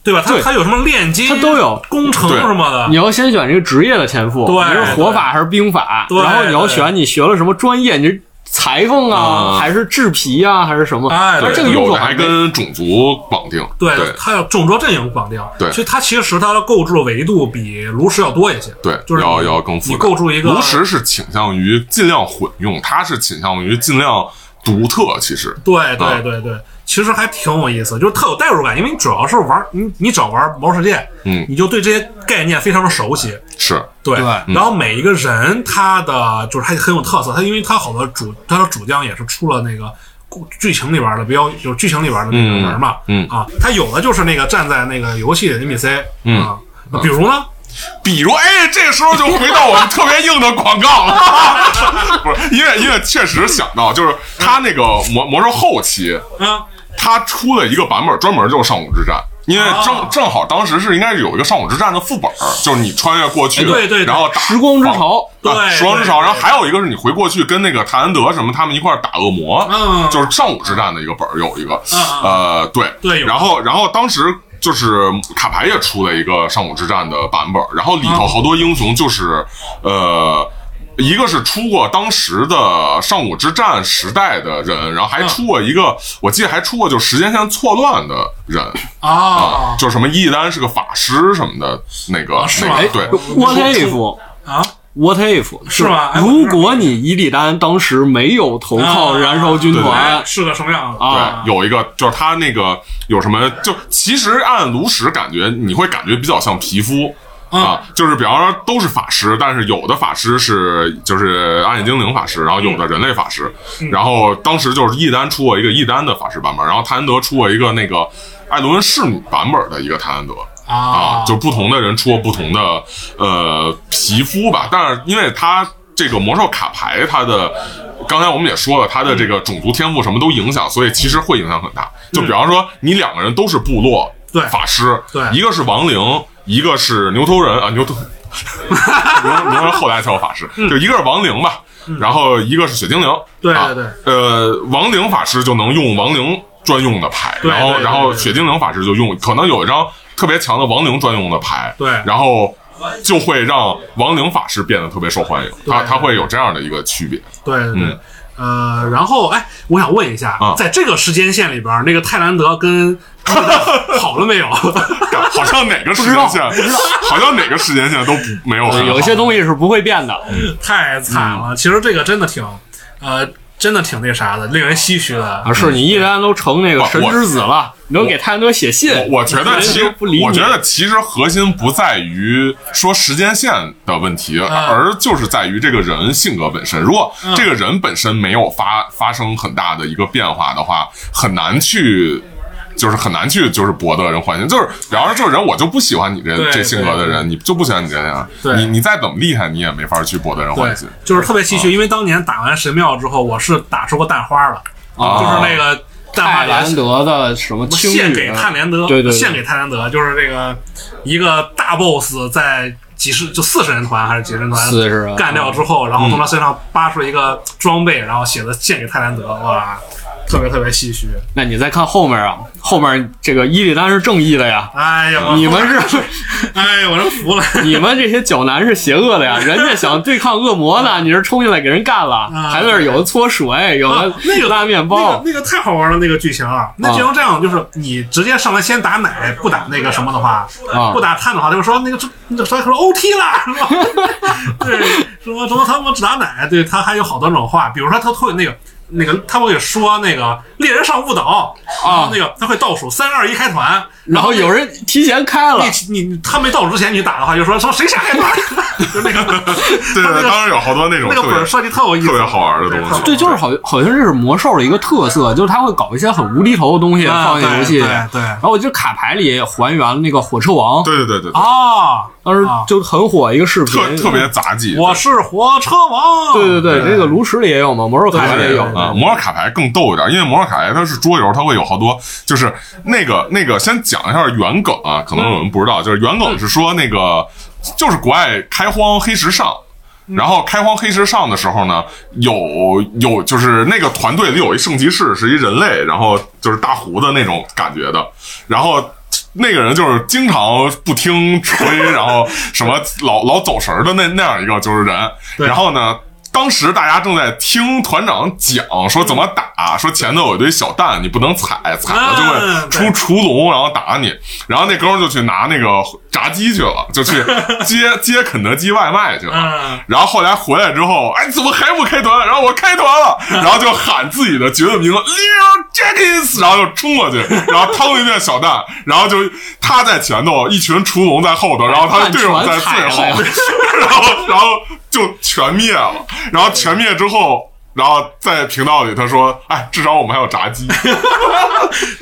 对吧？它
对
它有什么炼金，
它都有
工程
对
什么的
你。要先选这个职业的天赋，
啊对
你是火法还是兵法，
对
然后你要
对
选你学了什么专业，你是裁缝啊，
嗯
还是制皮啊，还是什么？
哎
而
对
这个用
有
处
的还
没
跟种族绑定，
对
对，
它要重装阵营绑定，
对
所以它其实它的构筑的维度比炉石要多一些，
对，
就是
要
你
要更复杂。
你构筑一个
炉石是倾向于尽量混用，它是倾向于尽量独特。其实，
对
啊
对对对，其实还挺有意思，就是特有代入感，因为你主要是玩你你只要玩魔兽世界，
嗯
你就对这些概念非常的熟悉，
是
对，
对
嗯
然后每一个人他的就是他很有特色，他因为他好多主他的主将也是出了那个故剧情里边的比较就是剧情里边的那个人嘛，
嗯嗯
啊，他有的就是那个站在那个游戏的 NPC，
嗯
啊，那比如呢，
比如，哎，这个时候就回到我们特别硬的广告了， 不是，因为因为确实想到，就是它那个魔魔兽后期，
啊，
它出了一个版本专门就是上古之战。因为
啊
正正好当时是应该是有一个上古之战的副本，就是你穿越过去，
哎对对对
然后打
时光之潮，
对
啊，时光之
对
潮，
对
然后还有一个是你回过去跟那个泰安德什么他们一块儿打恶魔，
嗯
就是上古之战的一个本儿有一个，
嗯
呃，对，
对有
然后然后当时就是卡牌也出了一个上古之战的版本儿，然后里头好多英雄就是，呃。一个是出过当时的上古之战时代的人，然后还
嗯
出过一个，我记得还出过就时间线错乱的人啊，
啊
就是什么伊丹是个法师什么的那个，
是吗
那个对，
What if？
啊！
What if
是吧哎我
如果你伊利丹当时没有投靠
啊
燃烧军团，
是个什么样子
啊
对，有一个就是他那个有什么，就其实按炉石感觉，你会感觉比较像皮肤。啊，就是比方说都是法师，但是有的法师是就是暗夜精灵法师，然后有的人类法师，然后当时就是一丹出过一个一丹的法师版本，然后泰恩德出过一个那个艾伦侍女版本的一个泰恩德，啊，就不同的人出不同的呃皮肤吧，但是因为它这个魔兽卡牌，它的刚才我们也说了，它的这个种族天赋什么都影响，所以其实会影响很大。就比方说，你两个人都是部落
嗯对
法师，
对
一个是亡灵，一个是牛头人啊，牛头。 牛头牛头人后来才有法师，就一个是亡灵吧，然后一个是血精灵，
嗯对
啊
对对
呃，亡灵法师就能用亡灵专用的牌，
对
然后
对对
然后
对对
血精灵法师就用，可能有一张特别强的亡灵专用的牌，
对
然后就会让亡灵法师变得特别受欢迎，他
对
他会有这样的一个区别，
对对对
嗯，
呃，然后哎，我想问一下
啊，
在这个时间线里边，那个泰兰德跟朱利 丹好了没有？
干好像哪个时间线，好像哪个时间线都不没有很好，
有一些东西是不会变的。
嗯 太惨
嗯
了，其实这个真的挺，呃，真的挺那啥的，令人唏嘘的
啊，。是你伊利丹都成那个神之子了，你都给泰安德写信，
我觉得其实
人都不理，你
我觉得其实核心不在于说时间线的问题，
啊
而就是在于这个人性格本身。如果
嗯
这个人本身没有发发生很大的一个变化的话，很难去。就是很难去，就是博得人欢心。就是，比方说，这个人我就不喜欢你这
对
这性格的人，你就不喜欢你这样。
对
你你再怎么厉害，你也没法去博得人
对
欢心。，
就是特别
啊
唏嘘，因为当年打完神庙之后，我是打出过蛋花了，就是那个蛋花
啊泰
连
哎兰德的什么青
献
女
给泰连德，啊
对对对
献给泰连德，就是这个一个大 boss 在几十就四十人团还是几十人团
40人
干掉之后，然后
嗯
从他身上扒出一个装备，然后写的献给泰连德，哇，特别特别唏嘘。
那你再看后面啊，后面这个伊利丹是正义的呀，
哎呀，我
你们是
哎呀，我真服了。
你们这些脚男是邪恶的呀，人家想对抗恶魔呢，你是冲进来给人干了，还在那儿有的搓水，有
啊
的
那个
拉面包，
那个那个太好玩了，那个剧情啊，那
啊
剧情这样，就是你直接上来先打奶，不打那个什么的话，
啊
不打碳的话，他就说那个这那个说 OT 了，是吧？ 对，说说他们只打奶，对他还有好多种话，比如说他会那个。那个他会说那个猎人上误导
啊
那个他会倒数三二一开团，
然后有人提前开了，
你你他没倒数之前你打的话，就说说谁想开团， 就 那个
对
他那
对，
个
当然有好多那种
那个
特
本儿
别
设计特有意思，
特别好玩的东西。
对，就是好，好像这是魔兽的一个特色，就是他会搞一些很无厘头的东西
啊
放进游戏。
对对对
然后我就卡牌里也还原了那个火车王，
对对对对，对
啊！
当时
啊
就很火一个视频，
特特别杂技。
我是火车王，
对对啊对，这个炉石里也有嘛，魔兽卡牌里也有
啊，摩尔卡牌更逗一点，因为摩尔卡牌它是桌游，它会有好多，就是那个那个，先讲一下原梗啊，可能有人不知道，就是原梗是说那个就是国外开荒黑石上。然后开荒黑石上的时候呢，有有就是那个团队里有一圣骑士是一人类，然后就是大胡子那种感觉的，然后那个人就是经常不听指挥，然后什么老老走神儿的那那样一个就是人。然后呢，当时大家正在听团长讲说怎么打，说前头有一堆小蛋，你不能踩，踩了就会
嗯
出出笼，然后打你。然后那哥们儿就去拿那个炸鸡去了，就去接接肯德基外卖去了。
嗯
然后后来回来之后，哎，怎么还不开团？然后我开团了，然后就喊自己的角色名字 Leo Jenkins，然后就冲过去，然后掏了一片小蛋，然后就他在前头，一群厨农在后头，然后他的队友在最后，然后 然后就全灭了。然后全灭之后，然后在频道里他说：“哎，至少我们还有炸鸡。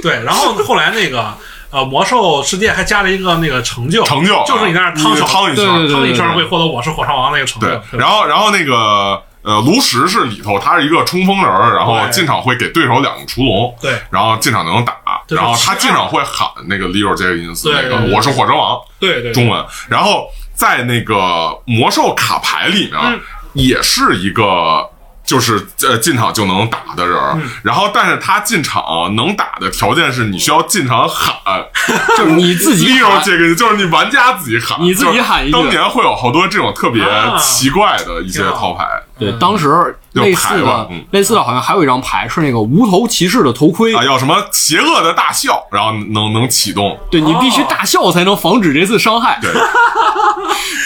对。然后后来那个呃，魔兽世界还加了一个那个成就，
成就
就是你在那儿
你
趟小
趟一圈
对对
趟一圈会获得我是火车王那个成就。
对，
后
然后然后那个呃，炉石是里头，他是一个冲锋人儿，然后
对
进场会给对手两个屠龙，
对
然后进场能打，
对
然后他
是啊
进场会喊那个 Leo Jenkins
对
那
对
个
对
我是火车王，
对对
中文，然
嗯
后在那个魔兽卡牌里面也是一个。就是呃进场就能打的人儿，
嗯
然后但是他进场能打的条件是你需要进场喊，
就是你自己
利用
喊
这个就是你玩家自己喊，
你自己
就是
喊一句
当年会有好多这种特别
啊
奇怪的一些
挺好
套牌，
对，
嗯
当时
就
类似
牌吧
的
嗯
类似的，好像还有一张牌是那个无头骑士的头盔
啊，，要什么邪恶的大笑，然后能能启动，
对你
哦
必须大笑才能防止这次伤害。
对，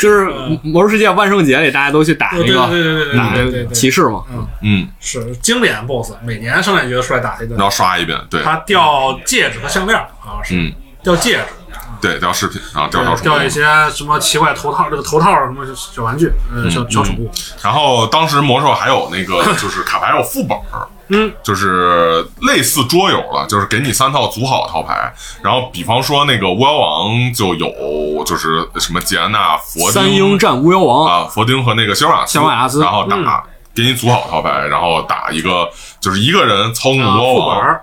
就是《魔兽世界》万圣节里大家都去打
嗯对
那
对对对
个
对
打
对对对对，
骑士嘛，
嗯，
是经典 BOSS，每年圣诞节出来打一顿
然。后刷一遍，对，
他掉戒指和项链，好像是、
嗯，
掉戒指，
对，掉饰品，然后掉
对
掉宠
掉一
物。
些什么奇怪头套，这个头套什么小玩具，
嗯
呃，小小宠物，
然后当时魔兽还有那 个就是卡牌有副本儿，
嗯，
就是类似桌游了，就是给你三套组好套牌，然后比方说那个巫妖王就有就是什么捷安娜、佛
三
丁
英战巫妖王，
啊，佛丁和那个肖尔瓦斯
肖尔瓦斯嗯
然后打、给你组好套牌，然后打一个就是一个人操纵
啊
巫
呃
妖
副本
王。
儿，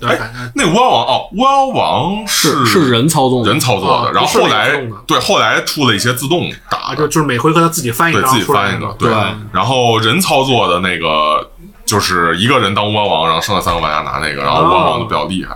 对，感
哎
觉，
那巫妖王哦，巫妖王是
是是人操纵的
人操作
啊
的，然后
不是
后
那个
来
自动的
对后来出了一些自动打
啊，
的
就，就是每回合他自己翻一
对
张
自己
出来
翻
那
一
个嗯
个，，对
对。
然后人操作的那个就是一个人当巫妖王，然后剩下三个玩家拿那个，然后巫妖王就比较厉害。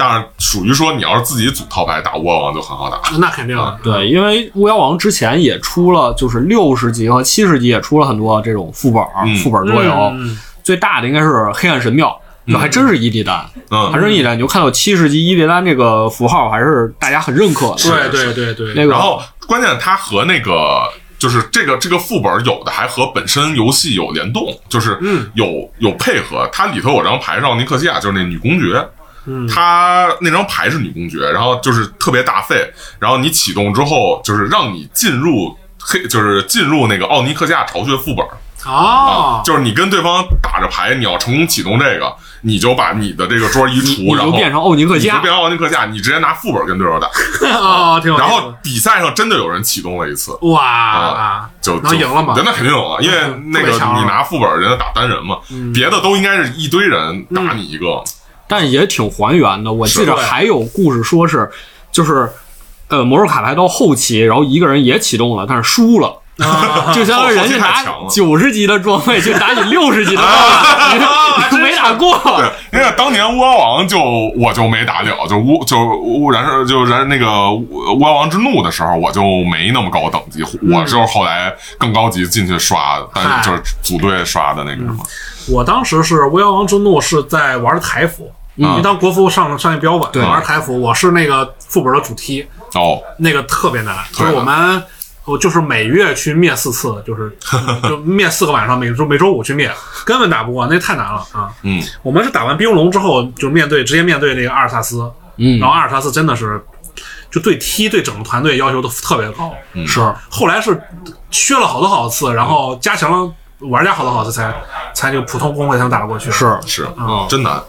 但是属于说你要是自己组套牌打巫妖王就很好打，
那肯定
嗯
的，
对，因为巫妖王之前也出了，就是六十级和七十级也出了很多这种副本儿、啊
嗯
副本桌游、
嗯
最大的应该是黑暗神庙，就还真是伊利丹，
嗯
还真是伊利丹。你就看到七十级伊利丹这个符号，还是大家很认可的。
对对对对，
那个
然后关键它和那个就是这个这个副本有的还和本身游戏有联动，就是
嗯
有、有配合。它里头有张牌，让尼克西亚就是那女公爵。
嗯
她那张牌是女公爵，然后就是特别大费，然后你启动之后，就是让你进入黑，就是进入那个奥尼克西亚巢穴副本，
啊
哦，
就是你跟对方打着牌，你要成功启动这个，你就把你的这个桌一
你
除，然
就
后
变成奥哦尼克
你就
加
变，成奥尼克西亚，你直接拿副本跟对手打，
哦，挺有意思的，
啊然后比赛上真的有人启动了一次，
哇，
就
能
就
赢了吗
对，？那肯定赢了，因为那
特
个
别强啊嗯
你拿副本，人家打单人嘛，别的都应该是一堆人打你一
哦
个，
但也挺还原的。我记
是
着还有故事说是，就是呃，魔兽卡牌到后期，然后一个人也启动了，但是输了。 就相当于人家
啊后期太
拿
强了
九十级的装备去打你六 十级的装备，
啊
你就没打过。
对，因为当年巫妖王就我就没打了，就巫就巫燃烧就燃那个巫妖王之怒的时候，我就没那么高等级，
嗯
我就是后来更高级进去刷，但是就是组队刷的那个什么，
我当时是巫妖王之怒是在玩台服，因为当国服上上一标本，
对
玩台服，我是那个副本的主题，
哦，
那个特别难，就
对
是
啊
我们。我就是每月去灭四次，就是 就灭四个晚上，每周每周五去灭，根本打不过，那太难了啊！
嗯，
我们是打完冰龙之后，就面对直接面对那个阿尔萨斯，
嗯
然后阿尔萨斯真的是就对踢对整个团队要求都特别高，
嗯
是
后来是削了好多好多次，然后加强了玩家好多好多次才才这个普通工会才能打得过去。
是，
是
嗯
真难，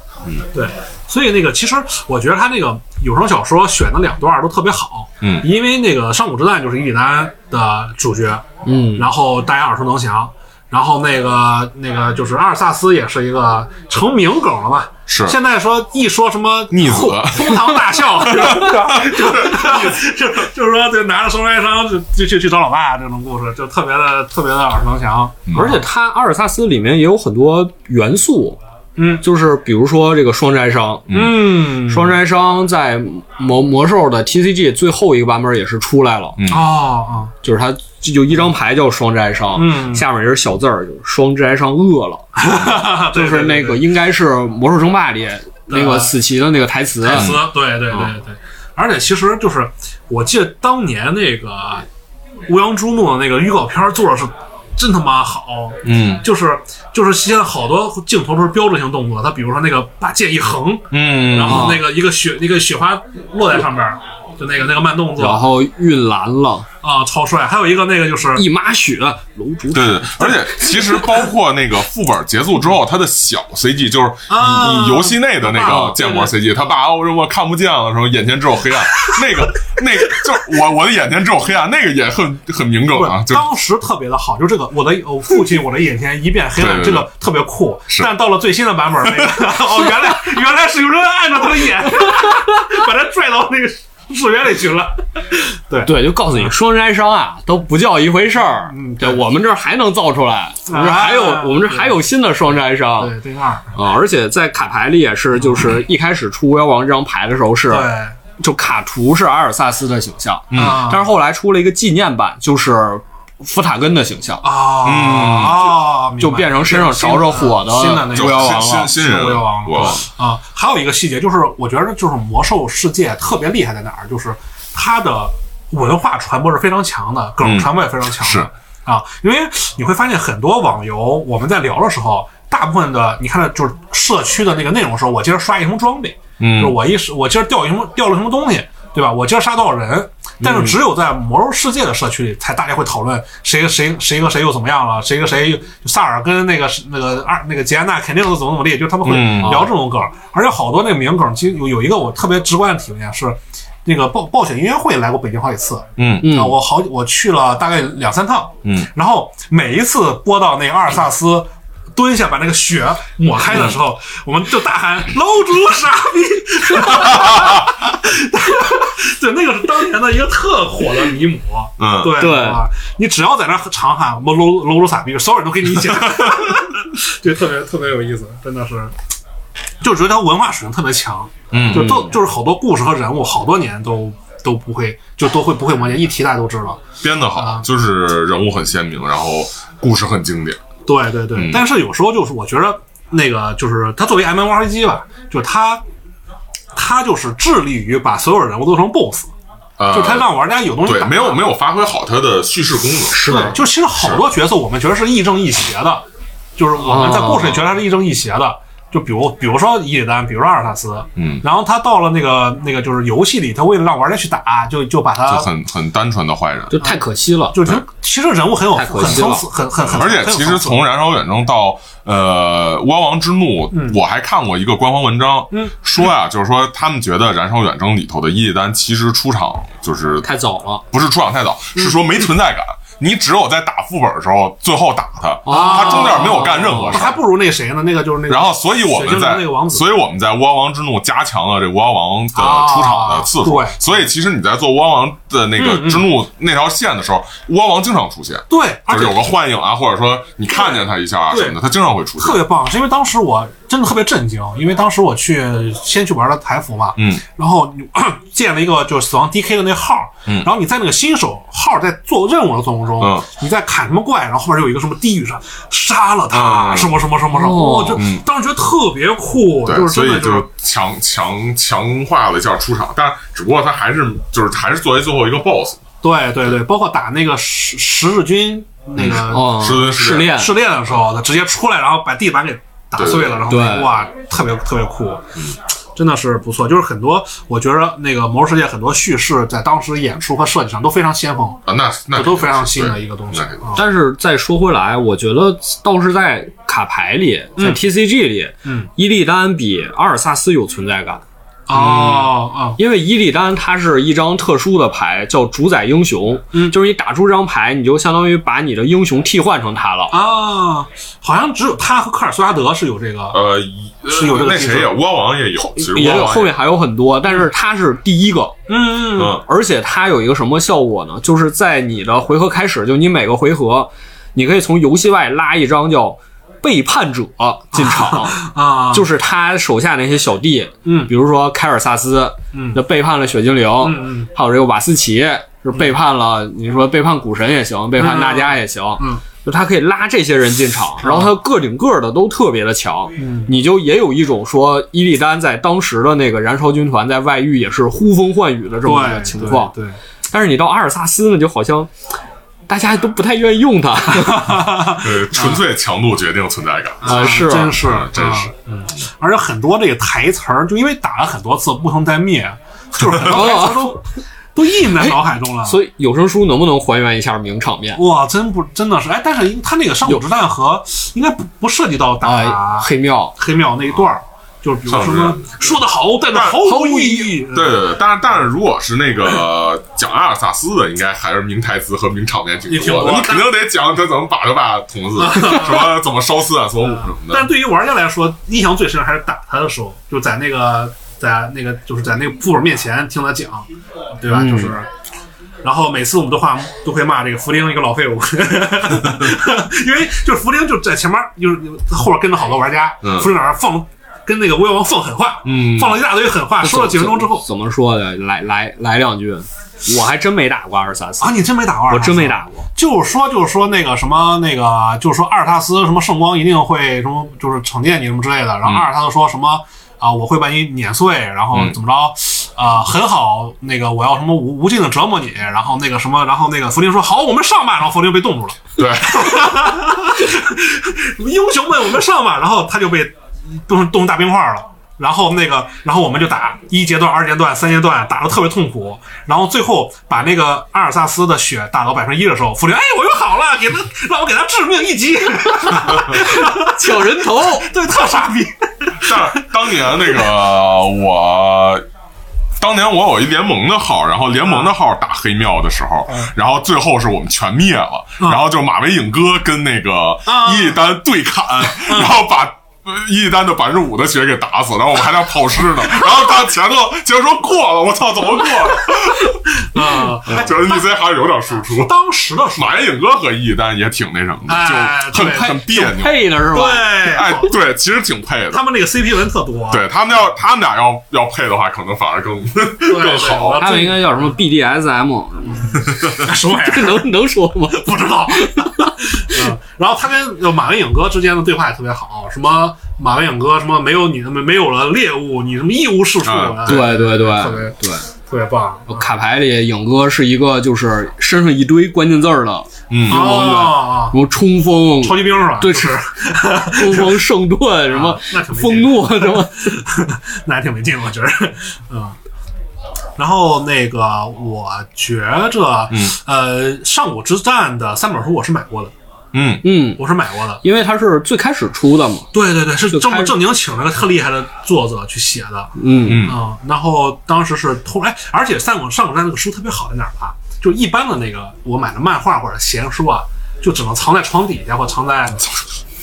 对，所以那个其实我觉得他那个有声小说选的两段都特别好，
嗯
因为那个上古之战就是伊里丹的主角，
嗯，
然后大家耳熟能详。然后那个那个就是阿尔萨斯也是一个成名梗了嘛，
是
现在说一说什么
逆子
哄哄堂大笑，是吧就是就就是说就拿着双摔伤就就去去找老爸这种故事，就特别的特别的耳熟能详。
而且它阿尔萨斯里面也有很多元素，
嗯
就是比如说这个双摘伤，
嗯，
双摘伤在魔魔兽的 TCG 最后一个版本也是出来了，
哦哦，
就是它就就一张牌叫双摘伤，
嗯
下面也是小字儿，就是双摘伤饿了，
就
就是那个应该是魔兽争霸里那个死棋的那个台词，
呃
嗯
台词，
嗯
对对对
哦
对。而且其实就是，我记得当年那个《乌央朱怒》的那个预告片做的是真他妈好，
嗯
就是就是现在好多镜头都是标志性动作，他比如说那个把剑一横，
嗯，
然后那个一个雪那个雪花落在上边儿，就那个那个慢动作
然后运蓝了，
啊、超帅。还有一个那个就是
嗯
一抹血，楼主
对对，对，而且其实包括那个副本结束之后，它的小 CG 就是你、
啊
你游戏内的那
啊
个建模 CG，他爸哦我我看不见了，说眼前只有黑暗，那个那个就是我我的眼前只有黑暗，那个也很很敏感
不是
啊，就
当时特别的好，就这个我的我父亲我的眼前一片黑暗，
对对对
这个特别酷。
是
但到了最新的 版本，那个哦，原来原来是有人按着他的眼，把他拽到那个志愿里去了。对，
对，就告诉你，双人哀伤啊，都不叫一回事儿。
嗯啊
对，我们这儿还能造出来，我们这儿还有，我们这儿还有新的双人哀伤
对，对面儿，
啊！而且在卡牌里也是，就是一开始出巫妖王这张牌的时候是，
对，
就卡图是阿尔萨斯的形象，
啊
但是后来出了一个纪念版，就是福塔根的形象，
啊啊，
嗯就变成身上着着火的
哦新的那
巫
个
妖王
新
了
新。新人
巫妖王
哇，
啊。还有一个细节就是，我觉得就是魔兽世界特别厉害在哪儿，就是它的文化传播是非常强的，梗传播也非常强的。
嗯是
啊，因为你会发现很多网游，我们在聊的时候，大部分的你看就是社区的那个内容的时候，我今儿刷一什么装备，
嗯
就是我一时我今儿掉一什么掉了什么东西，对吧？我今儿杀多少人？但是只有在魔兽世界的社区里，才大家会讨论谁谁谁和谁又怎么样了，谁和谁又萨尔跟那个是那个二那个杰安娜肯定是怎么怎么地，就是他们会
嗯
聊这种梗，而且好多那个名梗，其实有有一个我特别直观的体验是，那个暴暴雪音乐会来过北京好几次，
嗯
嗯
啊，我好我去了大概两三趟，
嗯，
然后每一次播到那个阿尔萨斯蹲下把那个雪抹开的时候，我们就大喊“楼主傻逼”， 对，那个是当年的一个特火的迷母，
嗯
对
对
啊你只要在那儿长喊“我楼楼主傻逼”，所有人都给你讲， 对，特别特别有意思，真的是，就觉得他文化水平特别强，
嗯
就都就是好多故事和人物，好多年都都不会，就都会不会摩羯，一提大家都知道。
编得
啊
好，就是人物很鲜明，然后故事很经典。
对对对，
嗯
但是有时候就是我觉得那个就是他作为 M M R P G 吧，就是他他就是致力于把所有人物都成 BOSS，、
呃，
就是他让玩家有东西
对
打
没有没有发挥好它的叙事功能。是
对，就其实好多角色我们觉得是亦正亦邪的，就是我们在故事里觉得他是亦正亦邪的。就比如，比如说伊里丹，比如说阿尔萨斯，
嗯
然后他到了那个那个就是游戏里，他为了让玩家去打，就就把他
就很很单纯的坏人。
就太可惜了，
就挺，其实人物很有
太可
很
惜
层
了
次，很很很，
而且
很有
其
层
实
次
从《燃烧远征》到呃《巫妖王之怒》
嗯
我还看过一个官方文章，说呀、就是说他们觉得《燃烧远征》里头的伊利丹其实出场就是
太早了。
不是出场太早，
嗯
是说没存在感。你只有在打副本的时候最后打他，
哦
他中间没有干任何事
啊还
儿。
不如那谁呢？那个就是那个，
然后，所以我
水
们
晶龙
在
那个王，子
所以我们在巫妖王之怒加强了这巫妖王的出场的次数
啊。对嗯
所以其实你在做巫妖王的那个之怒那条线的时候，巫妖王经常出现。
对，而
就是
且
有个幻影啊，或者说你看见他一下啊
对
什么的，他经常会出现
特。别棒，是因为当时我真的特别震惊，因为当时我去先去玩了台服嘛，
嗯，
然后你 建了一个就是死亡 DK 的那号，嗯，然后你在那个新手号在做任务的过程中，
嗯
你在砍什么怪，然后后面有一个什么地狱上杀了他，
嗯
什么什么什么什么，我
哦
就当时觉得特别酷，
对，
就是
所
真
以
的就是
就强强强化了一下出场，但是只不过他还是就是还是作为最后一个 boss，
对对对，包括打那个十十字军那
嗯
个
哦，
是的是的
失恋，
啊试炼的时候，他直接出来，然后把地板给打碎了，然后
对
哇，特别特别酷，
嗯
真的是不错。就是很多，我觉得那个《魔兽世界》很多叙事在当时演出和设计上都非常先锋，
啊，那那
这都
肯定是
非常新的
对
一个东西
那肯定
啊。
但是再说回来，我觉得倒是在卡牌里，在 TCG 里，
嗯，
伊利丹比阿尔萨斯有存在感，
哦哦，
因为伊利丹它是一张特殊的牌，叫主宰英雄，嗯，就是你打出这张牌，你就相当于把你的英雄替换成他了。
啊，好像只有他和科尔苏拉德是有这个，
呃
是有这个
那
机制
谁也巫妖王也有，其实巫
也
妖
有
王
后面还有很多，但是他是第一个，
嗯嗯
嗯
而且它有一个什么效果呢？就是在你的回合开始，就你每个回合，你可以从游戏外拉一张叫背叛者进场，
啊，
就是他手下那些小弟，
嗯
比如说凯尔萨斯，
嗯
那背叛了雪精灵，
嗯
还有这个瓦斯奇是背叛了，你说背叛古神也行，背叛大家也行，
嗯
就他可以拉这些人进场，然后他个顶个的都特别的强，
嗯
你就也有一种说伊利丹在当时的那个燃烧军团在外域也是呼风唤雨的这么一个
对
情况，
对。对
但是你到阿尔萨斯呢，就好像大家都不太愿 意用它，
呃纯粹强度决定存在感，
啊，是
真是
嗯真是
啊嗯，而且很多这个台词儿，就因为打了很多次，不能再灭，就是很多台词儿都都印在脑海中了。
哦 所以有声书能不能还原一下名场面
哇，真不真的是哎，但是他那个上古之战和应该不不涉及到
啊？
打
黑庙
黑庙那一段儿，就是比如说什
上
么
古
说的好，但是毫无意义。嗯
对对对，但是但是如果是那个 讲阿尔萨斯的，应该还是名台词和名场面挺
也挺
多
多
的，你肯定得讲他怎么把他爸捅 死，什么怎么烧死啊，怎么捂什么的
但。对于玩家来说，印象最深还是打他的时候，就在那个在那个就是在那个副本面前听他讲，对吧？就是。然后每次我们都骂都会骂这个福林一个老废物， 因为就是福林就在前面，就是他后边跟着好多玩家，
嗯
福林在那儿放跟那个威王放狠话，
嗯
放了一大堆狠话，说了几分钟之后
怎么说的？来来来两句，我还真没打过二三四
啊，，你真没打过二，
我真没打过。
就是说，就是说那个什么，那个就是说阿尔塔斯什么圣光一定会什么，就是惩戒你什么之类的。然后阿尔塔斯说什么啊、我会把你碾碎，然后怎么着啊、很好，那个我要什么无无尽的折磨你，然后那个什么，然后那个弗林说好，我们上吧，然后弗林被冻住了，
对，
英雄们我们上吧，然后他就被冻成冻成大冰块了。然后那个，然后我们就打一阶段、二阶段、三阶段，打的特别痛苦。然后最后把那个阿尔萨斯的血打到百分之一的时候，弗林哎，我又好了，给他让我给他致命一击，
抢人头，
对，特傻逼。
但是当年那个我。当年我有一联盟的号，然后联盟的号打黑庙的时候，
嗯
然后最后是我们全灭了，然后就马维影哥跟那个
啊嗯
伊利丹对砍，然后把呃伊利丹的百分之五的血给打死，然后我们还在跑尸 呢，然后他前头竟然说过了，我操，怎么过了？
啊、
觉得 EC 还是有点输出。
当时的
马维影哥和伊利丹也挺那什么
哎
的，就很
对
很别扭，
配呢是吧？
哎
对，，啊
对，其实挺配的。
他们那个 CP 文特多，啊
对他们要他们俩要要配的话，可能反而 更更好。
对
啊
他们应该叫什么 BDSM，
什么玩意
这
儿
能能说吗？
不知道。 嗯，然后他跟马文影哥之间的对话也特别好，什么马文影哥什么没有你没有了猎物，你什么一无是处
啊
了，
对对
哎特
对
别啊
对。
特别棒。嗯
我卡牌里影哥是一个就是身上一堆关键字儿的，
嗯
哦
啊
哦，
什么冲锋、
超级兵是吧？
对
就是 是，
冲锋圣盾，什么
啊那挺没
风
劲
诺，什 么
那还挺没劲，我觉得，嗯。然后那个，我觉
嗯
着，呃，上古之战的三本书我是买过的，
嗯，
嗯，
我是买过的，
因为它是最开始出的嘛，
对对对，是
就
正
开始
正经请了个特厉害的作者去写的啊、
嗯
嗯
嗯然后当时是突然，而且三国上古战那个书特别好在哪儿啊？就一般的那个我买的漫画或者闲书啊，就只能藏在床底下或藏在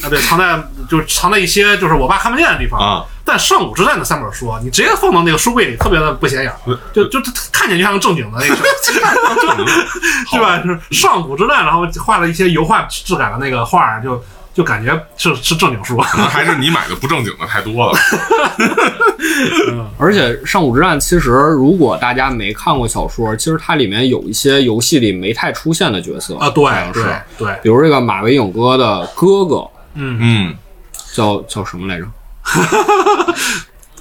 啊对，藏在就是藏在一些就是我爸看不见的地方
啊。
但上古之战那三本书啊，你直接放到那个书柜里，特别的不显眼儿，就就就看见就像个正经的那个。对吧？就是上古之战，然后画了一些油画质感的那个画儿，就就感觉是是正经书。
可能还是你买的不正经的太多了。
而且《上古之战》其实如果大家没看过小说，其实它里面有一些游戏里没太出现的角色
啊，
好
对
像是
对对，
比如这个马维影哥的哥哥
嗯，
叫叫什么来着？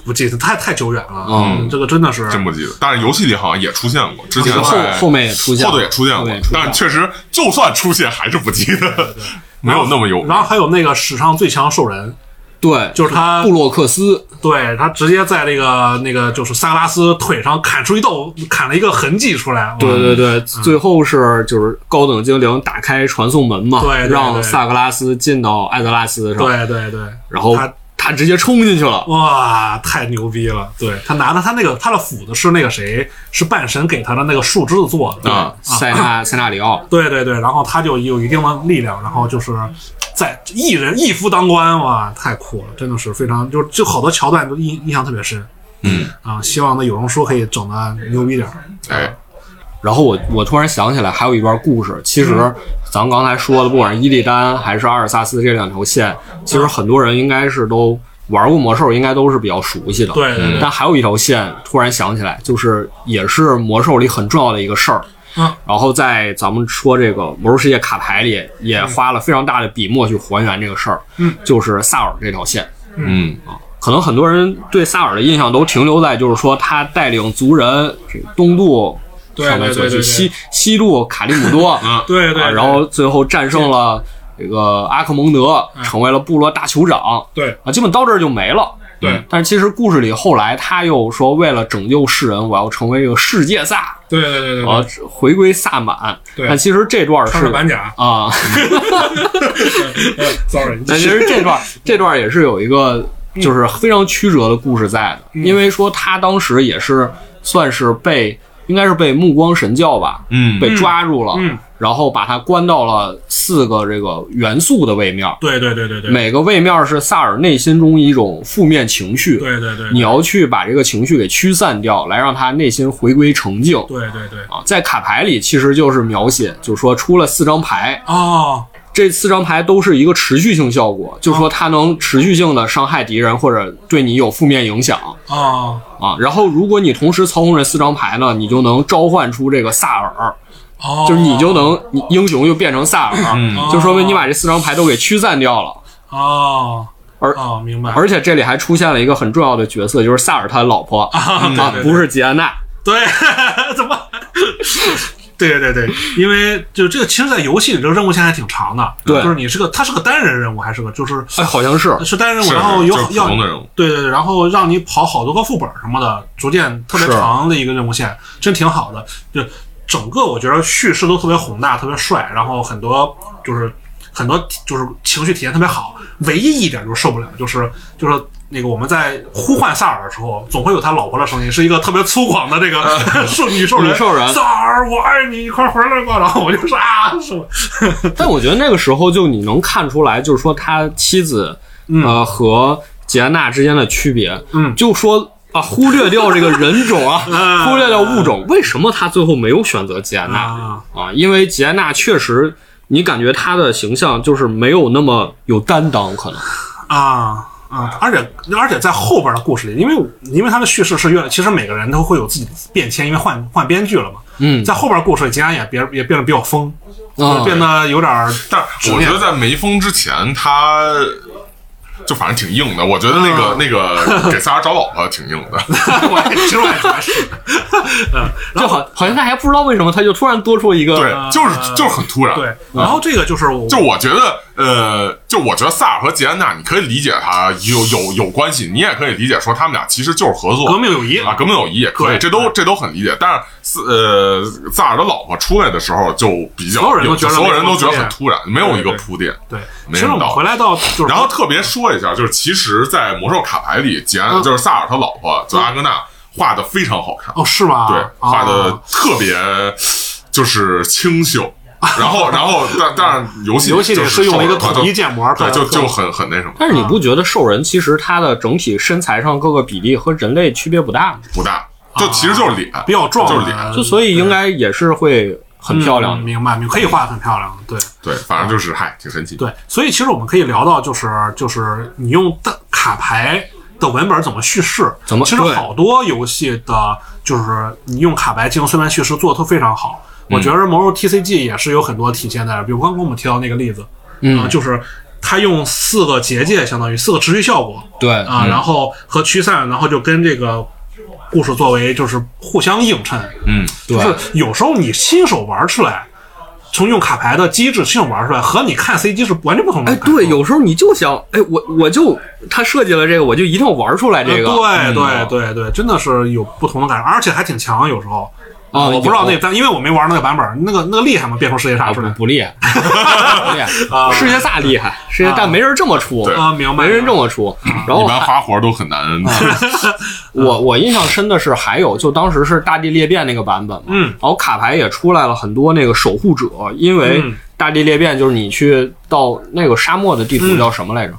不记得太太久远了，
嗯
这个真的是
真不记得，但是游戏里好像也出现过，之前
后
在
啊后面也出现了
后头也出现
后
过
面也出，现
但
了嗯
是确实就算出现还是不记得，没有那么有。
然后还有那个史上最强兽人，
对，
就是他
布洛克斯，
对他直接在那个那个就是萨格拉斯腿上砍出一道砍了一个痕迹出来，嗯
对
哇
对对，最后是就是高等精灵打开传送门嘛，
对对对
让萨格拉斯进到艾泽拉斯上，
对对对，
然后
他
他直接冲进去了，
哇，太牛逼了！对他拿的他那个他的斧子是那个谁是半神给他的那个树枝子做的
啊
塞纳塞纳里奥，
对对对，然后他就有一定的力量，然后就是在一人一夫当关，哇，太酷了，真的是非常就就好多桥段都印印象特别深。嗯啊，希望呢有声书可以整的牛逼点儿。
哎，
然后我我突然想起来，还有一段故事。其实，
嗯
咱们刚才说的，不管是伊利丹还是阿尔萨斯这两条线，其实很多人应该是都玩过魔兽，应该都是比较熟悉的。
对对对
但还有一条线，突然想起来，就是也是魔兽里很重要的一个事儿。
嗯。
然后在咱们说这个魔兽世界卡牌里，也花了非常大的笔墨去还原这个事儿。嗯。就是萨尔这条线。
嗯
可能很多人对萨尔的印象都停留在就是说他带领族人这个东渡
对
上面
对
走
对
去
对
西西渡卡利姆 多，
嗯
对对
啊，然后最后战胜了这个阿克蒙德，
嗯
成为了部落大酋长
对
啊，基本到这儿就没了。嗯
对
但是其实故事里后来他又说，为了拯救世人，我要成为这个世界萨，
对对对对
我要回归萨满。
对
但其实这段
穿上
是
板甲
啊，
，sorry，
但其实这段 这段也是有一个就是非常曲折的故事在的，因为说他当时也是算是被应该是被目光神教吧，
嗯
被抓住了，
嗯嗯
然后把它关到了四个这个元素的位面，
对对对对对，
每个位面是萨尔内心中一种负面情绪，
对对对，
你要去把这个情绪给驱散掉，来让他内心回归澄净。
对对对，
啊，在卡牌里其实就是描写，就是说出了四张牌，
哦，
这四张牌都是一个持续性效果，就是说它能持续性的伤害敌人或者对你有负面影响
哦，
啊。然后如果你同时操控这四张牌呢，你就能召唤出这个萨尔，
哦，嗯
就是你就能你英雄就变成萨尔，嗯就说明你把这四张牌都给驱散掉了。
哦，
而
哦，明白，
而且这里还出现了一个很重要的角色，就是萨尔他老婆
啊对
啊
对，对
不是吉安娜。
对， 怎么？对对对，因为就这个，其实，在游戏里这个任务线还挺长的，
对
就是你是个，它是个单人任务还是个，就是
哎，好像是，
是单人任务，
是
然后有
就是普
要
通的任务
对对对，然后让你跑好多个副本什么的，逐渐特别
是
长的一个任务线，真挺好的。就整个我觉得叙事都特别宏大，特别帅，然后很多就是很多就是情绪体验特别好。唯一一点就是受不了，就是就是。那个我们在呼唤萨尔的时候，总会有他老婆的声音，是一个特别粗犷的这
呃
个兽 女兽人，
女兽人
萨尔，我爱你，快回来吧！然后我就是啊，是我，
但我觉得那个时候就你能看出来，就是说他妻子、呃和杰安娜之间的区别，
嗯
就说啊，忽略掉这个人种 啊，忽略掉物种，为什么他最后没有选择杰安娜
啊
因为杰安娜确实，你感觉她的形象就是没有那么有担当，可能
啊啊！而且而且在后边的故事里，因为因为它的叙事是越，其实每个人都会有自己的变迁，因为换换编剧了嘛。
嗯
在后边故事里，吉安也变也变得比较疯，
啊
嗯变得有点儿
但
执
我
念
觉得在梅峰之前，他就反正挺硬的。我觉得那 个、那个给仨找老婆挺硬的，
我也其实我也觉得是，嗯，然
就
后
好好像大家不知道为什么他就突然多出一个
对，就是就是很突然。嗯
对，然后这个就是我
就我觉得，呃，就我觉得萨尔和杰安娜，你可以理解他有有有关系，你也可以理解说他们俩其实就是合作
革命友谊
啊，革命友谊也可以，
对
这都这都很理解。但是斯呃，萨尔的老婆出来的时候就比较，
所有人都觉得
所有人
没有
都觉得
铺垫
很突然，没有一个
对对
铺垫。
对，其
没
实
人
我们
道
回来到就是
然后特别说一下，就是其实，在魔兽卡牌里，简
嗯
就是萨尔他老婆就阿格娜画的非常好看，
哦是吗？
对，画的
啊
特别就是清 秀。然后，然后，但但是游戏
游戏里
就是
用了一个
兽人
统一建模
对，就
特
就很很那什么，
但是你不觉得兽人其实他的整体身材上各个比例和人类区别不大吗？
嗯
不大，就其实就是脸，
啊比较壮，
就是脸，
就所以应该也是会很漂亮的
嗯。明白？你可以画的很漂亮，对。
对，反正就是嗨，挺神奇。
对，所以其实我们可以聊到，就是就是你用的卡牌的文本怎么叙事，
怎么
其实
对
好多游戏的，就是你用卡牌进行碎片叙事做的都非常好。
嗯
我觉得魔兽 TCG 也是有很多体现在这儿，比如刚刚我们提到那个例子，嗯、就是它用四个结界，相当于四个持续效果，
对嗯
啊，然后和驱散，然后就跟这个故事作为就是互相映衬。嗯，就是有时候你亲手玩出来，从用卡牌的机制亲手玩出来，和你看 CG 是完全不同的
哎，
感受。
对，有时候你就想，哎，我我就他设计了这个，我就一定要玩出来
呃。
这个。嗯
对对对对，真的是有不同的感受，而且还挺强。有时候，呃
啊
我不知道
有
那，但因为我没玩那个版本，那个那个厉害吗？变成世界
啊
杀出
不
来
不厉害，不厉害，世界萨厉害，世界但没人这么出，
对
啊，明白？
没人这么出。
嗯
然后
一般花活都很难，
啊
我我印象深的是，还有就当时是大地裂变那个版本嘛，
嗯
然后卡牌也出来了很多那个守护者，因为
嗯
大地裂变就是你去到那个沙漠的地
嗯
图叫什么来着？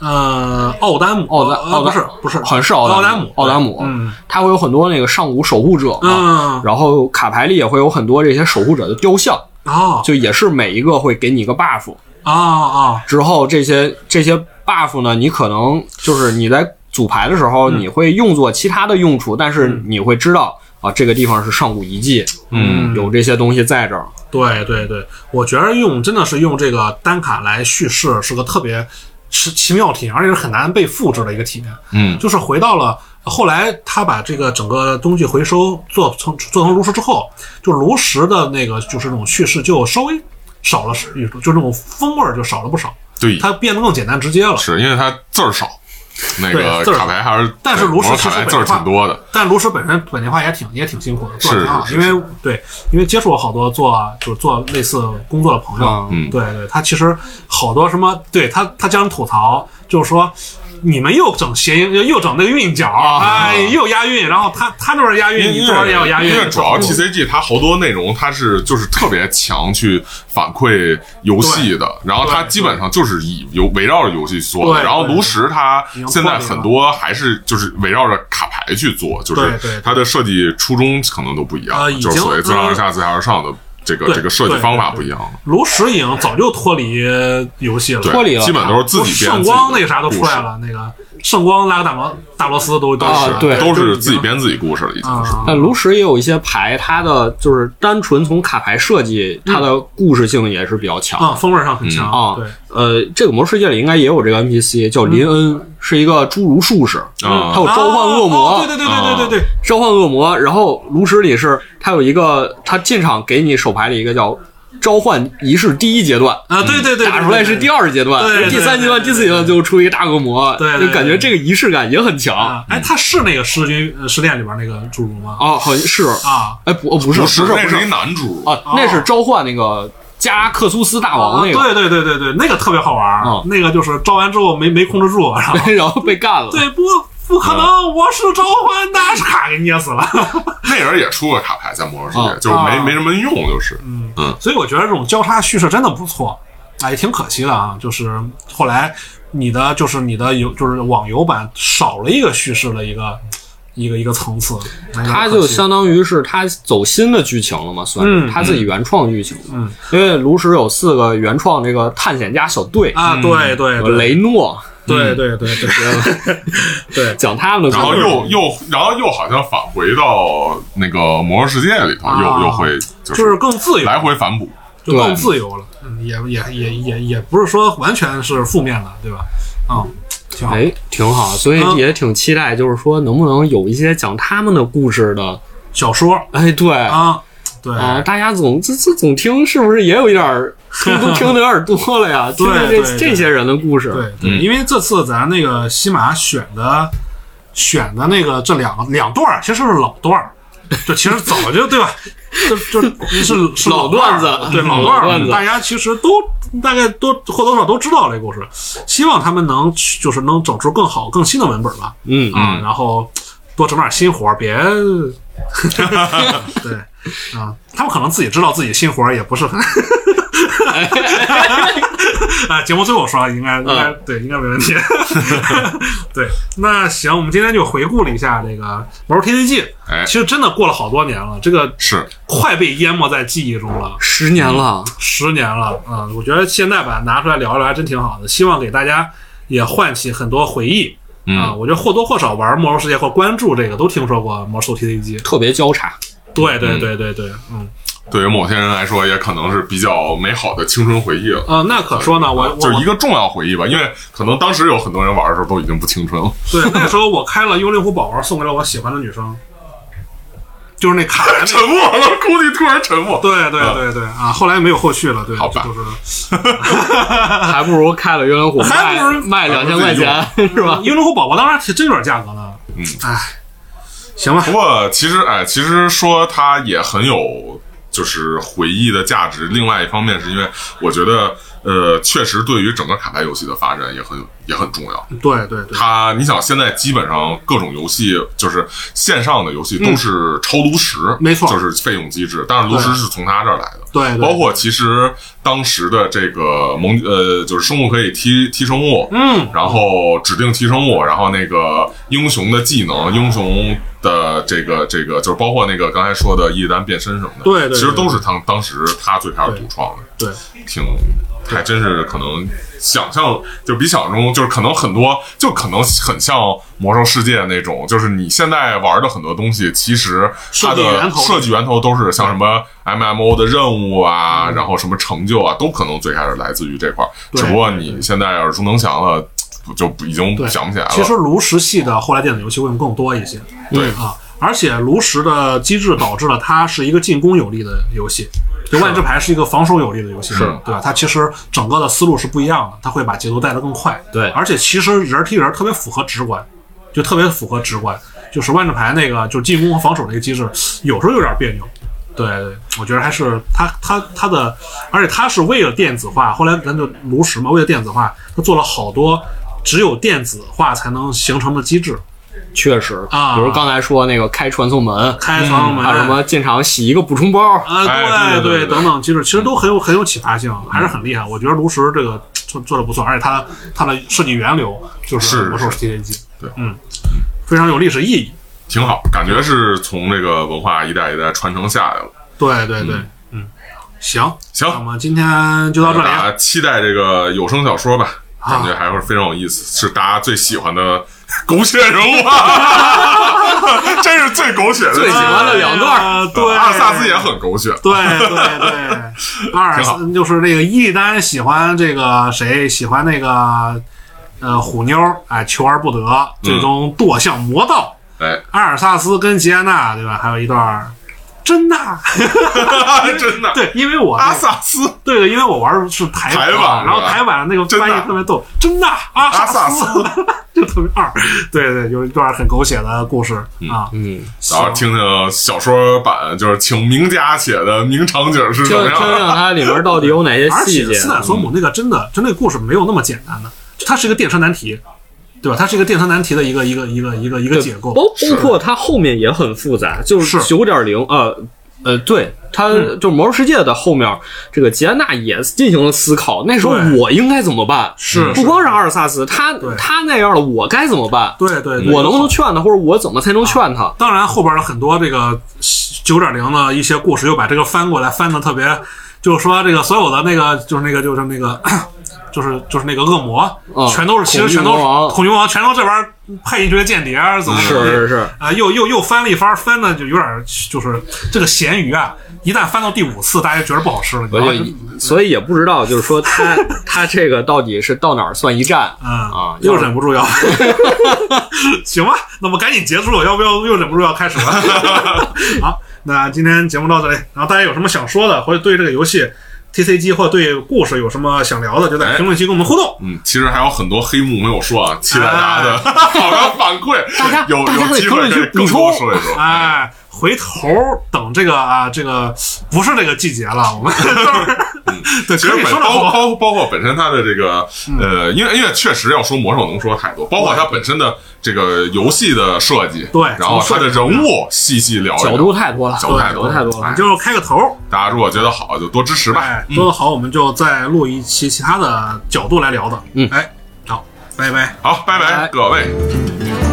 呃，奥丹姆，
奥丹
呃
奥
不
丹
是不是，
好像是
奥
丹
姆，
奥丹姆，
嗯，
它会有很多那个上古守护者嘛，
嗯
然后卡牌里也会有很多这些守护者的雕像，
哦
就也是每一个会给你一个 buff，
哦哦，
之后这些这些 buff 呢，你可能就是你在组牌的时候，
嗯
你会用作其他的用处，但是你会知道啊，这个地方是上古遗迹，嗯，有这些东西在这儿，
对对对，我觉得用真的是用这个单卡来叙事是个特别奇奇妙体验，而且是很难被复制的一个体验。
嗯
就是回到了后来他把这个整个东西回收做成做成炉石之后，就炉石的那个就是那种叙事就稍微少了，就那种风味儿就少了不少，
对，
它变得更简单直接了。
是因为它字儿少，那
对
个
字儿少
卡牌还是，
但是炉石
魔
其实
兽卡牌
本
字儿
身
挺多的，
但炉石本身本地化也挺也挺辛苦的，做的挺好的。
是是
因
是
为对，因为接触过好多做啊就是做类似工作的朋友，
嗯
对对，他其实好多什么，对他他经常吐槽，就是说你们又整谐音，又又整那个韵脚，
啊
哎，又押韵，然后他他这边押韵，你
因
这边也有
为
押韵，
因为主要
嗯
TCG 它好多内容它是就是特别强去反馈游戏的，然后它
对
基本上就是以游围绕着游戏做的。
对
然后
对
炉石它
已经
现在
脱离
很
了
多还是就是围绕着卡牌去做，就
对
是
对
它的设计初衷可能都不一样，
呃已
就是所谓
经
自上而下、自下而上的这个
对
这个设计
对
方法
对
不一样了。
炉石已经早就脱离游戏了，
对，
脱离了
基本都是自己编
圣
自己
光
的
那啥都出
故事
来，了，那个圣光拉个大摩大螺丝都都
啊
是
对
都
就是
自己编自己故事了，已经是。
啊，
但炉石也有一些牌，它的就是单纯从卡牌设计，它的故事性也是比较强。
啊，风味上
嗯
很强
啊
对，，
呃，这个魔兽世界里应该也有这个 NPC，叫林恩，是一个侏儒术士，
啊
他有召唤恶
嗯
魔，
啊哦对对对对对对对，
召唤恶魔。然后炉石里是他有一个，他进场给你手牌里一个叫召唤仪式第一阶段，
啊，对对对，
打出来是第
二
二阶段，
对对对
第三阶段、
对对
第四阶段就出一个大恶魔，
对对对
就感觉这个仪式感也很强。
啊，哎，他是那个狮君呃狮殿里边那个侏儒吗？
哦，好像是，
啊，哦
哎不，哦不是，
不
不
是，
是，
那
不
是一
是
男主
啊，那是召唤那个加克苏斯大王哦那个，
对对对对对，那个特别好玩儿
啊，
那个就是招完之后没没控制住， 然后
然后被干了。
对不不可
嗯
能，我是召唤大卡给捏死了。
那人也出过卡牌在魔兽世界，
啊
就是没
啊
没什么用，就是。
所以我觉得这种交叉叙事真的不错，啊，也挺可惜的啊。就是后来你的就是你的游就是网游版少了一个叙事的一个一个一个层次，
他就相当于是他走新的剧情了嘛，算是、
嗯
他自己原创剧情。嗯，因为炉石有四个原创这个探险家小队，
啊，对对
有
对
嗯雷诺，
对对对对对
讲他们的
然后
故事，
又又然后又好像返回到那个魔兽世界里头，
啊
又又会就
就是
是
更自由，
来回反哺。
就更自由了，嗯，也也也也也不是说完全是负面的，对吧？嗯，挺好。
哎，挺好，所以
嗯
也挺期待，就是说能不能有一些讲他们的故事的，
小说
哎，对。
啊，对
啊、大家总这这总听是不是也有一点儿听都听的有点多 了呀？听听
对对
这这些人的故事，
对对，因为这次咱那个西马选的选的那个这两个两段儿，其实是老段儿，就其实早就对吧？就就是是
老
段儿
段子嗯
对老
老
儿
段子
大家其实都大概都或多或少都知道这故事。希望他们能就是能整出更好、更新的文本吧。
嗯，
啊，然后多整点新活儿，别对啊，他们可能自己知道自己新活儿也不是很。 啊，节目最后说应该应该、对，应该没问题。对，那行，我们今天就回顾了一下这个《魔兽 TCG》，
哎
其实真的过了好多年了，这个
是
快被淹没在记忆中了。
十年了，
十年了，嗯，我觉得现在吧拿出来聊一聊还真挺好的，希望给大家也唤起很多回忆。啊，我觉得或多或少玩《魔兽世界》或关注这个都听说过《魔兽 TCG》。
特别 交叉，
对对对对对，嗯，
对于某些人来说，也可能是比较美好的青春回忆了。
呃，那可说呢，我
就是一
我
个重要回忆吧，因为可能当时有很多人玩的时候都已经不青春了。
对那时候我开了幽灵湖宝玩送给了我喜欢的女生，就是那卡牌那
沉
个。
默了，估计突然沉默。嗯
对对对对啊，后来没有后续了，对，
好吧
就是
还不如开了幽灵火
还不
卖
如
卖两千块钱是吧？
幽灵湖宝宝当时真有点价格呢，嗯，哎，行吧
不，过其实哎，其实说它也很有就是回忆的价值。另外一方面是因为我觉得呃，确实对于整个卡牌游戏的发展也很也很重要。
对对对，
它，你想现在基本上各种游戏就是线上的游戏都是超炉石，
嗯没错
就是费用机制，但是炉石是从它这儿来的。
对对
包括其实当时的这个蒙呃，就是生物可以踢踢生物，嗯，然后指定踢生物，然后那个英雄的技能，英雄的这个这个就是包括那个刚才说的伊利丹变身什么的，
对对对
其实都是他当时他最开始独创的，
对，
挺还真是可能想象就比想象中就是可能很多就可能很像魔兽世界那种，就是你现在玩的很多东西，其实它
设计
的
源头
设计源头都是像什么 MMO 的任务啊，然后什么成就啊，都可能最开始来自于这块儿。
嗯对
只不过你现在耳熟能详了，就不已经
对，
想不起来了。
其实炉石系的后来电子游戏会更多一些，
对
啊，而且炉石的机制导致了它是一个进攻有力的游戏，就万智牌是一个防守有力的游戏，
是
对吧？它其实整个的思路是不一样的，它会把节奏带得更快，
对
而且其实人踢人特别符合直观，就特别符合直观，就是万智牌那个就是进攻和防守那个机制，有时候有点别扭。对，对，我觉得还是它它它的，而且它是为了电子化，后来咱就炉石嘛，为了电子化，它做了好多只有电子化才能形成的机制。
确实
啊
比如刚才说那个开传送门，
开房门
还有嗯啊什么进场洗一个补充包，
啊，对
哎对对对
等等，其实其实都很有很有启发性，还是很厉害。我觉得炉石这个做做的不错，而且它它的设计源流就是
是
魔兽世界机，
对
嗯，非常有历史意义。
挺好，感觉是从这个文化一代一代传承下来了。
对对对，嗯，行
行
那么今天就到这
大
里啊，
家期待这个有声小说吧，
啊
感觉还会非常有意思，是大家最喜欢的 狗血人物啊， 这是最狗血的，啊
最喜欢的两段
哎呀对，
阿尔萨斯也很狗血，
对对对，阿尔
挺好
斯就是那个伊利丹喜欢这个谁？喜欢那个呃虎妞儿，哎，求而不得，最终堕向魔道。
哎，
阿尔萨斯跟吉安娜，对吧？还有一段儿真的，
哎 真 的，
对，因为我
阿萨斯
对的，因为我玩的是台
台版
然后
是吧
台版的那个
真的
翻译特别逗，真的阿
阿萨
斯
斯，
就特别二。对对，有一段很狗血的故事啊，
嗯，
然后听听小说版，就是请名家写的名场景是
听
怎么
听
样的
听它里面到底有哪些
而
细
且
节。嗯
斯坦索姆那个真的，真的故事没有那么简单的，就它是一个电车难题，对吧？它是一个电车难题的一个一个一个一个一个解构
包。包括它后面也很复杂，就是
是嗯
九点零呃呃，对，它就是《魔兽世界》的后面，这个吉安娜也进行了思考。那时候
对
我应该怎么办？
是
不光是阿尔萨斯，他
对
他那样了，我该怎么办？
对对，对
我能不能劝他，或者我怎么才能劝他？
当然后边的很多这个九点零的一些故事又把这个翻过来，翻的特别，就是说这个所有的那个就是那个就是那个。就是就是那个恶魔，
嗯
全都是其实
恐惧
全都
魔王
是恐惧魔王，全都这玩意儿派进去的间谍啊，怎么怎么地
是是是，
啊，又又又翻了一番，翻的就有点儿就是这个咸鱼啊，一旦翻到第五次，大家觉得不好吃了，你知
我
道
就
吗？
啊所以也不知道，就是 说他他这个到底是到哪儿算一站？
嗯
啊
又
要是
忍不住 要，行吧，那么赶紧结束了，要不要又忍不住要开始了？ 好，那今天节目到这里，然后大家有什么想说的，或者对这个游戏 TCG 或者对故事有什么想聊的，就在
哎
评论区跟我们互动。
嗯，其实还有很多黑幕没有说啊，期待大家的好的反馈，
家
有
哎大家
有
在
机
评
会
论
可以
区
更
补充
多说一说。
哎，回头等这个啊，这个不是这个季节了， 我们对，
嗯其实
可以
本
说嗯到
包
后
括包括包括本身它的这个呃，因为因为确实要说魔兽能说太多，包括它本身的这个游戏的设计，
对
然后它的人
嗯
物细细聊一聊
角度太多了，
角度太
角度太多了
哎
就开个头，
大家如果觉得好就多支持吧嗯
哎，，说的好，我们就再录一期其他的角度来聊的。
嗯
哎，好，拜拜。
好，拜
拜
拜
拜
各
「
位。
君の声が聞こえる」